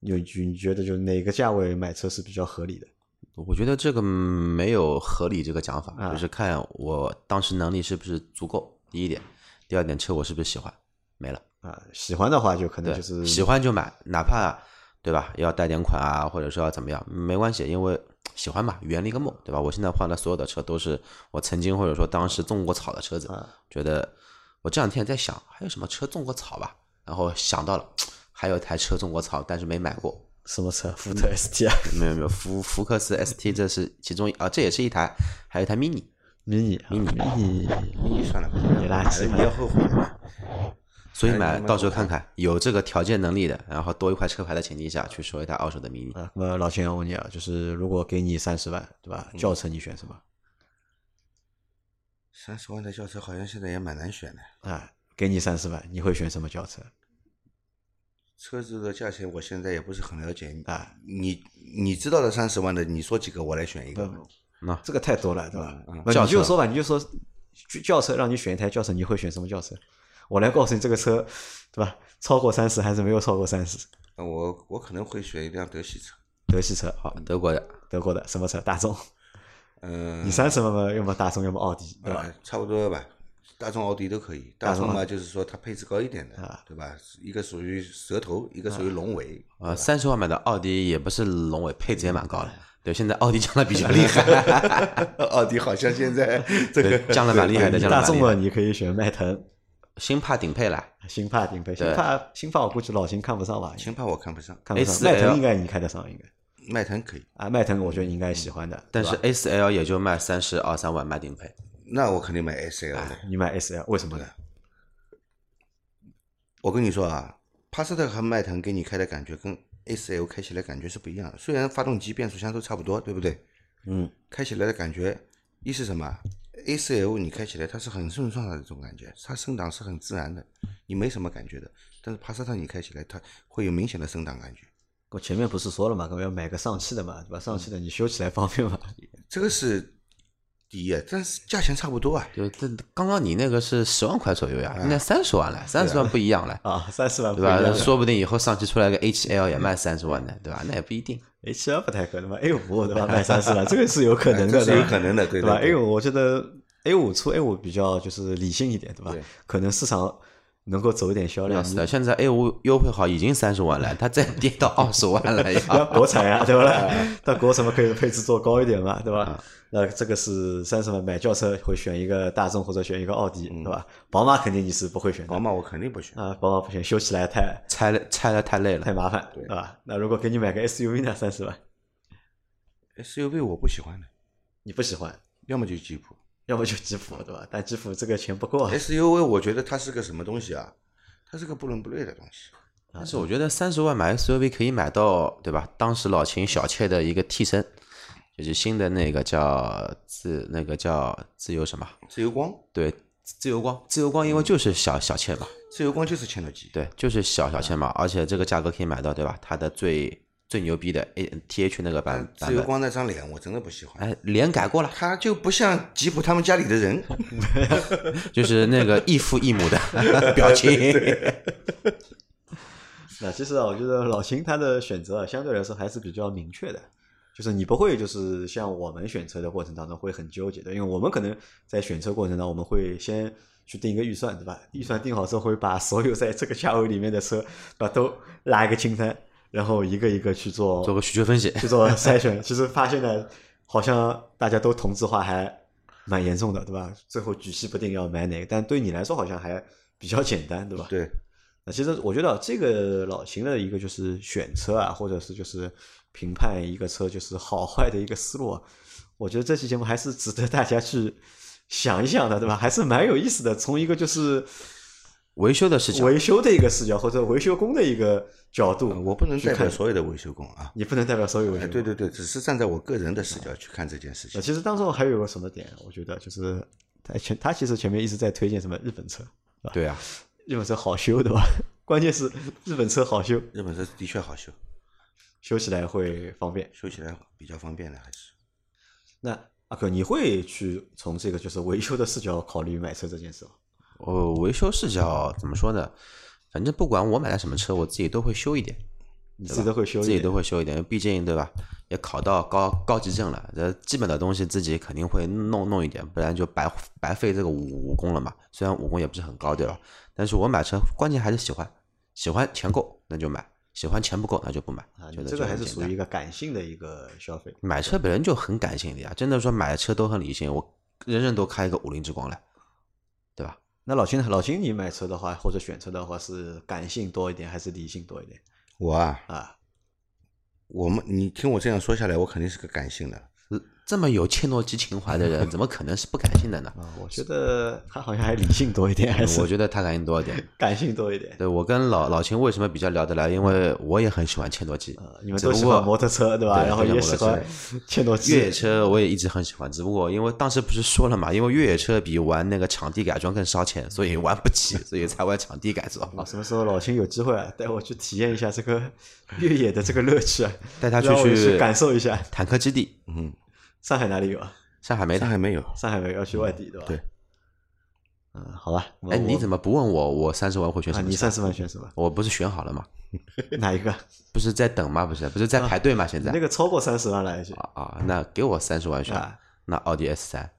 [SPEAKER 1] 有你觉得就哪个价位买车是比较合理的？
[SPEAKER 2] 我觉得这个没有合理这个讲法，
[SPEAKER 1] 啊
[SPEAKER 2] 就是看我当时能力是不是足够，第一点，第二点车我是不是喜欢，没了。
[SPEAKER 1] 啊，喜欢的话就可能
[SPEAKER 2] 对，
[SPEAKER 1] 就是
[SPEAKER 2] 喜欢就买，哪怕对吧，要贷点款啊，或者说要怎么样，没关系，因为喜欢嘛，圆了一个梦，对吧？我现在换的所有的车都是我曾经或者说当时种过草的车子，
[SPEAKER 1] 啊
[SPEAKER 2] 觉得我这两天也在想，还有什么车种过草吧？然后想到了，还有一台车种过草，但是没买过，
[SPEAKER 1] 什么车？福特 ST 啊
[SPEAKER 2] 没有没有，福福克斯 ST 这是其中一啊，这也是一台，还有一台 mini。
[SPEAKER 1] ，mini 啊 mini
[SPEAKER 3] 你算了吧，
[SPEAKER 1] 也垃
[SPEAKER 3] 买
[SPEAKER 1] 圾
[SPEAKER 3] 了你要后悔的。
[SPEAKER 2] 所以
[SPEAKER 3] 哎
[SPEAKER 2] 买
[SPEAKER 3] 你们
[SPEAKER 2] 到时候看看，有这个条件能力的，然后多一块车牌的情境下去收一台二手的 mini。
[SPEAKER 1] 啊，那么老秦要问你啊，就是如果给你三十万，对吧？轿车你选什么？
[SPEAKER 3] 三十万的轿车好像现在也蛮难选的，
[SPEAKER 1] 啊，给你三十万，你会选什么轿车？
[SPEAKER 3] 车子的价钱我现在也不是很了解
[SPEAKER 1] 啊。
[SPEAKER 3] 你你知道的三十万的，你说几个我来选一个吧。
[SPEAKER 2] 那
[SPEAKER 1] 这个太多了，对吧？
[SPEAKER 3] 嗯
[SPEAKER 1] 那
[SPEAKER 2] 轿
[SPEAKER 1] 你就
[SPEAKER 2] 车
[SPEAKER 1] 说吧，你就说就轿车，让你选一台轿车，你会选什么轿车？我来告诉你，这个车，对吧？超过三十还是没有超过三十？
[SPEAKER 3] 呃我我可能会选一辆德系车。
[SPEAKER 1] 德系车，
[SPEAKER 2] 好，德国的
[SPEAKER 1] 德国的什么车？大众。
[SPEAKER 3] 嗯，
[SPEAKER 1] 你三十万嘛，要么大众，要么奥迪，对吧？
[SPEAKER 3] 呃，差不多吧。大众、奥迪都可以。
[SPEAKER 1] 大
[SPEAKER 3] 大
[SPEAKER 1] 众啊
[SPEAKER 3] 众
[SPEAKER 1] 奥
[SPEAKER 3] 嘛，就是说它配置高一点的，对吧？一个属于蛇头，一个属于
[SPEAKER 1] 啊
[SPEAKER 3] 龙尾。
[SPEAKER 2] 呃，三十万买的奥迪也不是龙尾，配置也蛮高
[SPEAKER 1] 哎
[SPEAKER 2] 的。对，现在奥迪降的比较 厉害，
[SPEAKER 3] 呃奥迪好像现在 这
[SPEAKER 2] 对
[SPEAKER 3] 个
[SPEAKER 2] 降的蛮厉害的，
[SPEAKER 1] 你
[SPEAKER 2] 降的
[SPEAKER 1] 大
[SPEAKER 2] 蛮
[SPEAKER 1] 众
[SPEAKER 2] 厉害
[SPEAKER 1] 嘛，
[SPEAKER 2] 的。
[SPEAKER 1] 你可以选迈腾、
[SPEAKER 2] 新帕顶配了，
[SPEAKER 1] 新帕顶配。新
[SPEAKER 2] 对
[SPEAKER 1] 帕新帕，我估计老秦看不上吧？
[SPEAKER 3] 秦派我看不上，
[SPEAKER 1] 看不上。
[SPEAKER 2] A4L
[SPEAKER 1] 迈腾应该你看得上，应该
[SPEAKER 3] 迈腾可以，
[SPEAKER 1] 啊，迈腾我觉得你应该喜欢的。
[SPEAKER 2] 但
[SPEAKER 1] 对
[SPEAKER 2] 是
[SPEAKER 1] 吧
[SPEAKER 2] A 四 L 也就卖三十二三万买顶配，
[SPEAKER 3] 那我肯定买 S L 的。
[SPEAKER 1] 你买 S L 为什么呢？
[SPEAKER 3] 我跟你说啊，帕萨特和迈腾给你开的感觉跟 S L 开起来感觉是不一样的。虽然发动机、变速箱都差不多，对不对？
[SPEAKER 1] 嗯，
[SPEAKER 3] 开起来的感觉，一是什么？A 四 L 你开起来它是很顺畅的这种感觉，它升档是很自然的，你没什么感觉的。但是帕萨特你开起来，它会有明显的升档感觉，
[SPEAKER 1] 我前面不是说了嘛，我要买个上汽的嘛，对吧？嗯上汽的你修起来方便嘛？
[SPEAKER 3] 这个是第一啊，但是价钱差不多啊。
[SPEAKER 2] 就这刚刚你那个是十万块左右呀，现在三十万了，三十万不一样 了，
[SPEAKER 1] 哎啊，三十万不
[SPEAKER 2] 对
[SPEAKER 1] 一样
[SPEAKER 2] 吧？
[SPEAKER 1] 的。
[SPEAKER 2] 说不定以后上汽出来个 H L 也卖三十万的，对吧？那也不一定。
[SPEAKER 1] H 哎二不太可能吧？A 五对吧？卖三十万，这个是有可能 的，
[SPEAKER 3] 哎这是
[SPEAKER 1] 对吧
[SPEAKER 3] 有可能的对
[SPEAKER 1] 对吧哎
[SPEAKER 3] 对对
[SPEAKER 1] ？A 五我觉得 A 五出 A 五比较就是理性一点，对吧
[SPEAKER 3] 对？
[SPEAKER 1] 可能市场能够走一点销量
[SPEAKER 2] 要，死了！现在 A 五优惠好已经三十万了，它再跌到二十万了
[SPEAKER 1] 你 要
[SPEAKER 2] 呀。
[SPEAKER 1] 国产啊呀，对不啦？那国产嘛，可以配置做高一点嘛，对吧？那这个是三十万买轿车会选一个大众或者选一个奥迪，对吧？宝马肯定你是不会选的
[SPEAKER 3] 宝马我肯定不选，
[SPEAKER 1] 啊，宝马不选，修起来太
[SPEAKER 2] 拆了拆了太累
[SPEAKER 1] 太
[SPEAKER 2] 了，
[SPEAKER 1] 麻烦，对吧？那如果给你买个 SUV 呢，三十万
[SPEAKER 3] SUV 我不喜欢的，
[SPEAKER 1] 你不喜欢，
[SPEAKER 3] 要么就吉普。
[SPEAKER 1] 要么就吉普，对吧？但吉普这个钱不够啊，
[SPEAKER 3] SUV 我觉得它是个什么东西啊？它是个不伦不类的东西。
[SPEAKER 2] 但是我觉得三十万买 SUV 可以买到，对吧？当时老秦小妾的一个替身，就是新的那个叫自那个叫自由什么？
[SPEAKER 3] 自由光，
[SPEAKER 2] 对，自由光，自由光，因为就是小小妾嘛，
[SPEAKER 3] 自由光就是千诺基。
[SPEAKER 2] 对，就是小小千嘛，
[SPEAKER 3] 嗯
[SPEAKER 2] 而且这个价格可以买到，对吧？它的最最牛逼的 A T H 那个版
[SPEAKER 3] 但
[SPEAKER 2] 版
[SPEAKER 3] 啊自由
[SPEAKER 2] 本，
[SPEAKER 3] 光那张脸我真的不喜欢，
[SPEAKER 2] 哎，脸改过了，
[SPEAKER 3] 他就不像吉普他们家里的人。
[SPEAKER 2] 就是那个异父异母 的表情。
[SPEAKER 1] 那其实啊，我觉得老秦他的选择啊，相对来说还是比较明确的，就是你不会就是像我们选车的过程当中会很纠结的，因为我们可能在选车过程当中，我们会先去定一个预算，对吧？预算定好之后，会把所有在这个价位里面的车，把都拉一个清单，然后一个一个去做
[SPEAKER 2] 做个需求分析，
[SPEAKER 1] 去做筛选。其实发现呢，好像大家都同质化还蛮严重的，对吧？最后举棋不定要买哪个，但对你来说好像还比较简单，对吧？
[SPEAKER 3] 对，
[SPEAKER 1] 那其实我觉得这个老秦的一个就是选车啊，或者是就是评判一个车就是好坏的一个思路啊，我觉得这期节目还是值得大家去想一想的，对吧？还是蛮有意思的，从一个就是
[SPEAKER 2] 维修的视角，
[SPEAKER 1] 维修的一个视角或者维修工的一个角度，
[SPEAKER 3] 呃我不能
[SPEAKER 1] 去
[SPEAKER 3] 代
[SPEAKER 1] 看
[SPEAKER 3] 表，所有的维修工啊。
[SPEAKER 1] 你不能代表所有维修
[SPEAKER 3] 哎，
[SPEAKER 1] 工。
[SPEAKER 3] 对对对，只是站在我个人的视角去看这件事
[SPEAKER 1] 呃，
[SPEAKER 3] 情。
[SPEAKER 1] 其实当中还有个什么点，我觉得就是他前他其实前面一直在推荐什么日本车，
[SPEAKER 2] 对啊，
[SPEAKER 1] 日本车好修，对吧？ 关键是日本车好修，
[SPEAKER 3] 日本车的确好修，
[SPEAKER 1] 修起来会方便。
[SPEAKER 3] 修起来比较方便的，还是
[SPEAKER 1] 那阿克，你会去从这个就是维修的视角考虑买车这件事吗？
[SPEAKER 2] 哦，维修视角怎么说呢？反正不管我买了什么车，我自己都会修一点，
[SPEAKER 1] 你自己都会修一
[SPEAKER 2] 自
[SPEAKER 1] 点，
[SPEAKER 2] 己都会修一点，毕竟对吧？也考到高高级证了，这基本的东西自己肯定会弄弄一点，不然就白白费这个武武功了嘛。虽然武功也不是很高，对吧？但是我买车关键还是喜欢，喜欢钱够那就买，喜欢钱不够那就不买。
[SPEAKER 1] 啊，你
[SPEAKER 2] 觉得
[SPEAKER 1] 这
[SPEAKER 2] 就
[SPEAKER 1] 个还
[SPEAKER 2] 很
[SPEAKER 1] 是
[SPEAKER 2] 简
[SPEAKER 1] 属
[SPEAKER 2] 单
[SPEAKER 1] 于一个感性的一个消费。
[SPEAKER 2] 买车本身就很感性的呀，真的说买车都很理性，我人人都开一个五菱之光来，对吧？
[SPEAKER 1] 那老秦呢，老秦，你买车的话或者选车的话是感性多一点还是理性多一点
[SPEAKER 3] 我啊，
[SPEAKER 1] 啊？
[SPEAKER 3] 我们你听我这样说下来，我肯定是个感性的。
[SPEAKER 2] 呃这么有切诺基情怀 的人，怎么可能是不感性的呢？
[SPEAKER 1] 啊，我觉得他好像还理性多一 点，还
[SPEAKER 2] 我
[SPEAKER 1] 是
[SPEAKER 2] 觉得他感性多一点。
[SPEAKER 1] 感性多一点。
[SPEAKER 2] 对我跟老老秦为什么比较聊得来？因为我也很喜欢切诺基
[SPEAKER 1] 呃，，你们
[SPEAKER 2] 只
[SPEAKER 1] 都
[SPEAKER 2] 不
[SPEAKER 1] 喜
[SPEAKER 2] 过
[SPEAKER 1] 欢摩托车对吧？
[SPEAKER 2] 对
[SPEAKER 1] 然后
[SPEAKER 2] 都
[SPEAKER 1] 也喜
[SPEAKER 2] 喜欢摩
[SPEAKER 1] 欢
[SPEAKER 2] 托车
[SPEAKER 1] 切诺基
[SPEAKER 2] 越野车我也一直很喜欢，只不过因为当时不是说了嘛，因为越野车比玩那个场地改装更烧钱，所以玩不起，所以才玩场地改装。
[SPEAKER 1] 啊！什么时候老秦有机会啊，带我去体验一下这个 越野的这个乐趣啊？
[SPEAKER 2] 带他
[SPEAKER 1] 让我也
[SPEAKER 2] 去
[SPEAKER 1] 去感受一下
[SPEAKER 2] 坦克基地，
[SPEAKER 3] 嗯，
[SPEAKER 1] 上海哪里有啊？
[SPEAKER 2] 上海没
[SPEAKER 3] 上
[SPEAKER 2] 的。
[SPEAKER 3] 海没有，
[SPEAKER 1] 上海没有，要去外地对吧？
[SPEAKER 3] 对，
[SPEAKER 1] 嗯，好吧。
[SPEAKER 2] 哎，你怎
[SPEAKER 1] 么
[SPEAKER 2] 么不问我？我三十万会选
[SPEAKER 1] 啊？
[SPEAKER 2] 什么
[SPEAKER 1] 你
[SPEAKER 2] 车？
[SPEAKER 1] 三十万选什 么？
[SPEAKER 2] 我不是选好了吗？
[SPEAKER 1] 哪一个？
[SPEAKER 2] 不是啊在等吗？不是，不是在排队吗？现在
[SPEAKER 1] 啊那个超过三十万了已经
[SPEAKER 2] 啊啊，那给我三十万选
[SPEAKER 1] 啊，
[SPEAKER 2] 那奥迪 S 三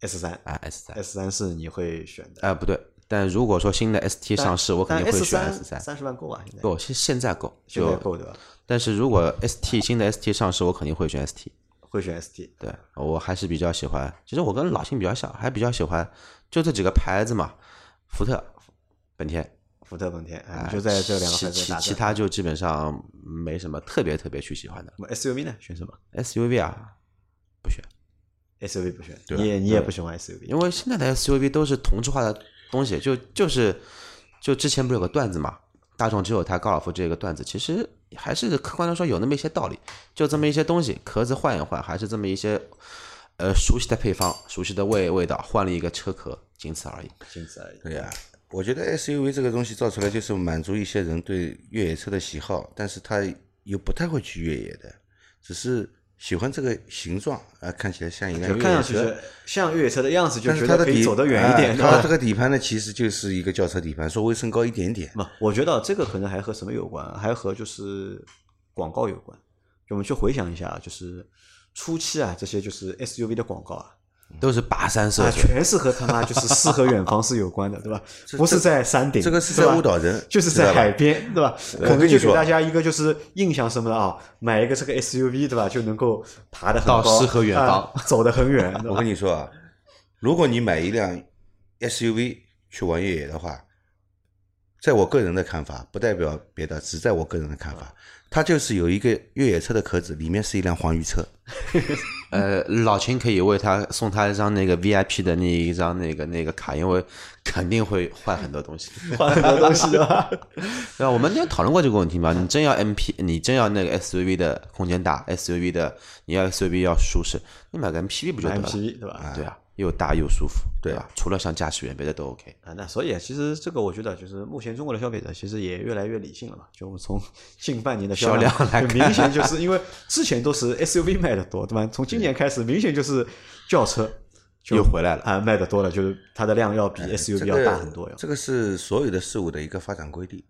[SPEAKER 1] S 三
[SPEAKER 2] 啊 S 三，
[SPEAKER 1] ，S 三是你会选的。
[SPEAKER 2] 哎不对，但如果说新的 ST 上市，我肯定会选 S
[SPEAKER 1] 三
[SPEAKER 2] 三，
[SPEAKER 1] 三十万够啊，现在
[SPEAKER 2] 够哦现现在够
[SPEAKER 1] 现在
[SPEAKER 2] 就，
[SPEAKER 1] 够对吧？
[SPEAKER 2] 但是如果 ST 新的 ST 上市，我肯定会选 ST，
[SPEAKER 1] 会选 ST
[SPEAKER 2] 对我还是比较喜欢，其实我跟老秦比较像，还比较喜欢就这几个牌子嘛，福特、本田，
[SPEAKER 1] 福特本田，哎，
[SPEAKER 2] 啊
[SPEAKER 1] 你就在这两个
[SPEAKER 2] 其
[SPEAKER 1] 牌子
[SPEAKER 2] 其
[SPEAKER 1] 打
[SPEAKER 2] 其
[SPEAKER 1] 转。
[SPEAKER 2] 他就基本上没什么特别特别去喜欢的
[SPEAKER 1] 那么 SUV 呢？选什么
[SPEAKER 2] SUV 啊，
[SPEAKER 1] ？SUV 不选，
[SPEAKER 3] 对
[SPEAKER 1] 你也你也不喜欢 SUV，
[SPEAKER 2] 因为现在的 SUV 都是同质化的东西，就就是就之前不是有个段子嘛，大众只有它高尔夫这个段子，其实还是客观的说有那么一些道理，就这么一些东西，壳子换一换，还是这么一些呃熟悉的配方、熟悉的味味道，换了一个车壳，仅此而已。
[SPEAKER 1] 仅此而已。
[SPEAKER 2] 啊
[SPEAKER 3] 对呀、我觉得 SUV 这个东西造出来就是满足一些人对越野车的喜好，但是他又不太会去越野的，只是喜欢这个形状啊、看起来像一辆
[SPEAKER 1] 就
[SPEAKER 3] 越
[SPEAKER 1] 看
[SPEAKER 3] 野
[SPEAKER 1] 上去
[SPEAKER 3] 车
[SPEAKER 1] 是。像越野车的样子，就
[SPEAKER 3] 但
[SPEAKER 1] 觉
[SPEAKER 3] 是它
[SPEAKER 1] 得
[SPEAKER 3] 的
[SPEAKER 1] 可以
[SPEAKER 3] 底啊
[SPEAKER 1] 走得
[SPEAKER 2] 哎
[SPEAKER 1] 远一点，对
[SPEAKER 3] 它
[SPEAKER 1] 吧
[SPEAKER 3] 这？个底盘呢，其实就是一个轿车底盘，稍微升高一点点。
[SPEAKER 1] 不，我觉得这个可能还和什么有关啊，还和就是广告有关。就我们去回想一下啊，就是初期啊，这些就是 SUV 的广告啊，
[SPEAKER 2] 都是跋山涉
[SPEAKER 1] 啊，
[SPEAKER 2] 水。
[SPEAKER 1] 全是和他妈就是诗和远方是有关的，对吧？不是在山顶，
[SPEAKER 3] 这个是
[SPEAKER 1] 对吧
[SPEAKER 3] 在误导人
[SPEAKER 1] 就是在海边，对吧？
[SPEAKER 3] 我
[SPEAKER 1] 可能
[SPEAKER 3] 跟你
[SPEAKER 1] 就给
[SPEAKER 3] 说
[SPEAKER 1] 大家一个就是印象什么的啊，买一个这个 SUV，对吧？就能够爬得很
[SPEAKER 2] 到
[SPEAKER 1] 高
[SPEAKER 2] 诗和远方
[SPEAKER 1] 啊走得很远， 对
[SPEAKER 3] 我
[SPEAKER 1] 吧
[SPEAKER 3] 跟？你说啊，如果你买一辆 SUV 去玩越野的话，在我个人的看法，不代表别的，只在我个人的看法，它就是有一个越野车的壳子，里面是一辆黄鱼车。
[SPEAKER 2] 呃，老秦可以为他送他一张那个 VIP 的那一张那个那个卡，因为肯定会换很多东西。
[SPEAKER 1] 换很多东西，对吧？
[SPEAKER 2] 对啊吧？我们之前讨论过这个问题嘛？你真要 MP，你真要那个 SUV 的空间大，SUV 的你要 SUV 要舒适，你买个 MPV 不就得了？
[SPEAKER 1] MPV 对
[SPEAKER 3] 哎
[SPEAKER 1] 吧？
[SPEAKER 2] 对啊，又大又舒服，
[SPEAKER 3] 对
[SPEAKER 2] 吧？除了像驾驶员，别的都 OK。
[SPEAKER 1] 啊，那所以啊其实这个我觉得就是目前中国的消费者其实也越来越理性了嘛。就我们从 近半年的销
[SPEAKER 2] 销量来
[SPEAKER 1] 就明显就是因为之前都是 SUV 卖的多，对吧？从今年开始，明显就是轿车就
[SPEAKER 2] 又回来了
[SPEAKER 1] 啊，卖的多了，就是它的量要比
[SPEAKER 3] 哎这
[SPEAKER 1] SUV 要
[SPEAKER 3] 个
[SPEAKER 1] 大很多呀。
[SPEAKER 3] 这个是所有的事物的一个发展规律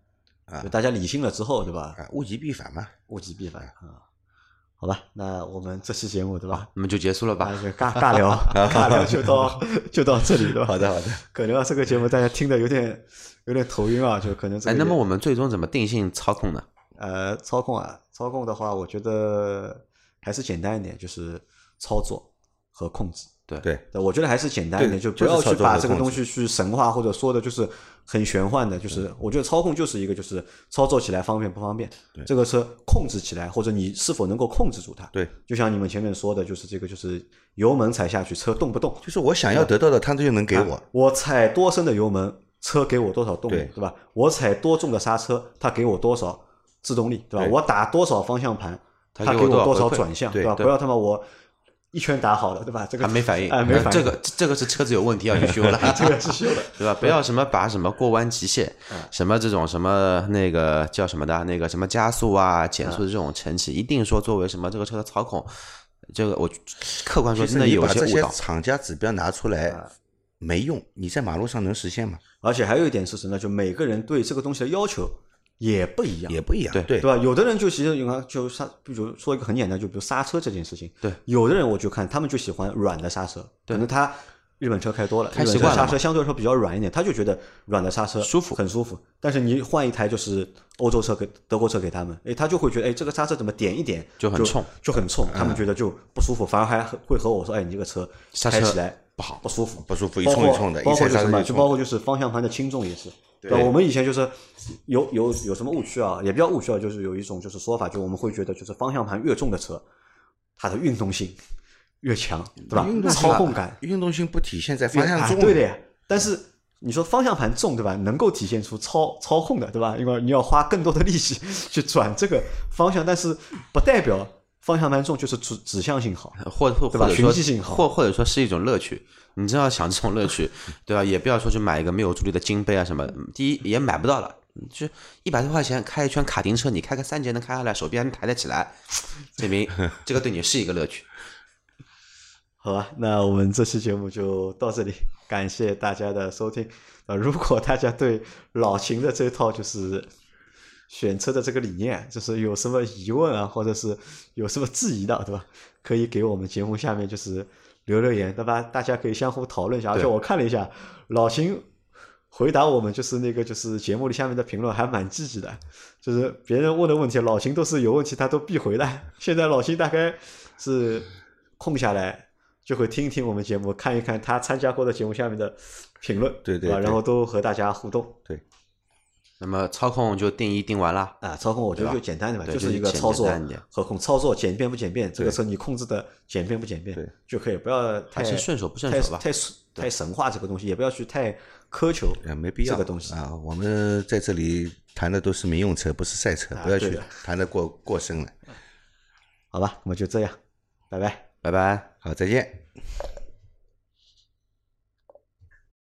[SPEAKER 1] 就大家理性了之后，对吧？
[SPEAKER 3] 啊，物极必反嘛。
[SPEAKER 1] 物极必反啊。好吧，那我们这期节目对吧？
[SPEAKER 2] 那么就结束了吧
[SPEAKER 1] 那？就尬尬聊，尬聊就到就到这里对吧？
[SPEAKER 3] 好的，好的。
[SPEAKER 1] 可能啊，这个节目大家听的有点有点头晕啊，就可能这
[SPEAKER 2] 哎，
[SPEAKER 1] 个
[SPEAKER 2] 那
[SPEAKER 1] 也
[SPEAKER 2] 么我们最终怎么定性操控呢？
[SPEAKER 1] 呃，操控啊，操控的话，我觉得还是简单一点，就是操作和控制。
[SPEAKER 3] 对，
[SPEAKER 1] 对，我觉得还是简单一点，
[SPEAKER 3] 对
[SPEAKER 1] 就不
[SPEAKER 3] 就是
[SPEAKER 1] 要
[SPEAKER 3] 操
[SPEAKER 1] 去
[SPEAKER 3] 作
[SPEAKER 1] 把
[SPEAKER 3] 和
[SPEAKER 1] 这个
[SPEAKER 3] 控
[SPEAKER 1] 东西去神话或者说的，就是很玄幻的。就是我觉得操控就是一个，就是操作起来方便不方便，
[SPEAKER 3] 对
[SPEAKER 1] 这个车控制起来或者你是否能够控制住它。
[SPEAKER 3] 对，
[SPEAKER 1] 就像你们前面说的，就是这个就是油门踩下去，车动不动？
[SPEAKER 3] 就是我想要得到的，他就能给我。
[SPEAKER 1] 我踩多深的油门，车给我多少动力，对
[SPEAKER 3] 对
[SPEAKER 1] 吧？我踩多重的刹车，它给我多少制动力，对吧？
[SPEAKER 3] 对
[SPEAKER 1] 我打多少方向盘，
[SPEAKER 2] 它
[SPEAKER 1] 它
[SPEAKER 2] 给
[SPEAKER 1] 给
[SPEAKER 2] 我
[SPEAKER 1] 我
[SPEAKER 2] 多少
[SPEAKER 1] 多少
[SPEAKER 2] 回馈
[SPEAKER 1] 转向，
[SPEAKER 3] 对
[SPEAKER 1] 吧？
[SPEAKER 2] 对
[SPEAKER 1] 不要他妈我一圈打好了，对吧？这个
[SPEAKER 2] 他没反应，
[SPEAKER 1] 哎，没
[SPEAKER 2] 那
[SPEAKER 1] 反应，
[SPEAKER 2] 这个这个是车子有问题要去修了，
[SPEAKER 1] 这个是修的。 嗯
[SPEAKER 2] 对吧？不要什么把什么过弯极限，什么这种什么那个叫什么的，那个什么加速啊、减速这种程
[SPEAKER 1] 嗯
[SPEAKER 2] 序，一定说作为什么这个车的操控，这个我客观说
[SPEAKER 3] 其
[SPEAKER 2] 真
[SPEAKER 3] 实
[SPEAKER 2] 的
[SPEAKER 3] 你
[SPEAKER 2] 有
[SPEAKER 3] 把
[SPEAKER 2] 些
[SPEAKER 3] 这
[SPEAKER 2] 误
[SPEAKER 3] 些
[SPEAKER 2] 导。
[SPEAKER 3] 厂家指标拿出
[SPEAKER 1] 啊
[SPEAKER 3] 来没用，你在马路上能实现吗？
[SPEAKER 1] 而且还有一点是什么呢？就每个人对这个东西的要求也不一样，
[SPEAKER 3] 也不一样。
[SPEAKER 2] 对
[SPEAKER 3] 对
[SPEAKER 1] 对吧？有的人就其实你看，就刹，比如说一个很简单，就比如刹车这件事情。
[SPEAKER 2] 对，
[SPEAKER 1] 有的人我就看他们就喜欢软的刹车，可能他日本车开多了，
[SPEAKER 2] 开
[SPEAKER 1] 日本
[SPEAKER 2] 习
[SPEAKER 1] 车
[SPEAKER 2] 惯了
[SPEAKER 1] 刹
[SPEAKER 2] 嘛
[SPEAKER 1] 车相对来说比较软一点，他就觉得软的刹车
[SPEAKER 2] 舒服
[SPEAKER 1] 很舒服。但是你换一台就是欧洲车给德国车给他们，哎，他就会觉得哎这个刹车怎么点一点
[SPEAKER 2] 就很冲，嗯
[SPEAKER 1] 就很冲，他们觉得就不舒服，反而还会和我说，哎，你这个车
[SPEAKER 2] 刹
[SPEAKER 1] 开
[SPEAKER 2] 车
[SPEAKER 1] 起来
[SPEAKER 2] 不好
[SPEAKER 1] 不舒服，
[SPEAKER 3] 不舒服，一
[SPEAKER 1] 包
[SPEAKER 3] 冲
[SPEAKER 1] 括
[SPEAKER 3] 一冲的，
[SPEAKER 1] 包
[SPEAKER 3] 一
[SPEAKER 1] 括
[SPEAKER 3] 踩
[SPEAKER 1] 就
[SPEAKER 3] 刹
[SPEAKER 1] 是
[SPEAKER 3] 车
[SPEAKER 1] 嘛，
[SPEAKER 3] 一
[SPEAKER 1] 就
[SPEAKER 3] 冲
[SPEAKER 1] 包
[SPEAKER 3] 的。
[SPEAKER 1] 括就是方向盘的轻重也是。对吧，
[SPEAKER 3] 对
[SPEAKER 1] 我们以前就是有有有什么误区啊，也不叫误区啊，就是有一种就是说法，就我们会觉得就是方向盘越重的车，它的运动性越强，对吧？
[SPEAKER 3] 运动性
[SPEAKER 1] 操控感
[SPEAKER 3] 运动性不体现在
[SPEAKER 1] 越
[SPEAKER 3] 方向
[SPEAKER 1] 啊
[SPEAKER 3] 中，
[SPEAKER 1] 对的呀。但是你说方向盘重，对吧？能够体现出操操控的，对吧？因为你要花更多的力气 去转这个方向，但是不代表方向盘重就是指指向性好。
[SPEAKER 2] 或或
[SPEAKER 1] 对吧
[SPEAKER 2] 或者
[SPEAKER 1] 循迹性
[SPEAKER 2] 说，
[SPEAKER 1] 好
[SPEAKER 2] 或或者说是一种乐趣。你真要想这种乐趣， 对吧？也不要说去买一个没有助力的金杯啊什么，第一也买不到了，就一百多块钱开一圈卡丁车，你开个三节能开下来，手臂还能抬得起来，证明这个对你是一个乐趣。
[SPEAKER 1] 好吧，那我们这期节目就到这里，感谢大家的收听。呃，如果大家对老秦的这套就是选车的这个理念，就是有什么疑问啊，或者是有什么质疑的，对吧？可以给我们节目下面就是留留言，对吧？大家可以相互讨论一下。而且
[SPEAKER 2] 对
[SPEAKER 1] 我看了一下，老秦回答我们就是那个就是节目里下面的评论还蛮积极的，就是别人问的问题，老秦都是有问题他都必回的。现在老秦大概是空下来就会听一听我们节目，看一看他参加过的节目下面的评论，
[SPEAKER 3] 对对
[SPEAKER 1] 吧
[SPEAKER 3] 对
[SPEAKER 1] 然后都和大家互动
[SPEAKER 2] 那么操控就定义定 完了，
[SPEAKER 1] 啊。操控我觉得
[SPEAKER 2] 对吧
[SPEAKER 1] 就简单点吧，
[SPEAKER 2] 对
[SPEAKER 1] 就是
[SPEAKER 2] 就
[SPEAKER 1] 一个
[SPEAKER 2] 简
[SPEAKER 1] 操作
[SPEAKER 2] 简单一点
[SPEAKER 1] 和控，操作简便不简便，这个
[SPEAKER 3] 对
[SPEAKER 1] 车你控制的简便不简
[SPEAKER 3] 对
[SPEAKER 1] 便就可以，不要太
[SPEAKER 2] 还是顺手不顺手吧
[SPEAKER 1] 太太太神话这个东西，也不要去太苛求
[SPEAKER 3] 呃，没必要
[SPEAKER 1] 这个东西
[SPEAKER 3] 啊。我们在这里谈的都是民用车，不是赛车，
[SPEAKER 1] 啊
[SPEAKER 3] 不要
[SPEAKER 1] 对
[SPEAKER 3] 去
[SPEAKER 1] 的
[SPEAKER 3] 谈的过过深了。
[SPEAKER 1] 好吧，那么就这样，拜拜。
[SPEAKER 2] 拜拜。
[SPEAKER 3] 好，再见。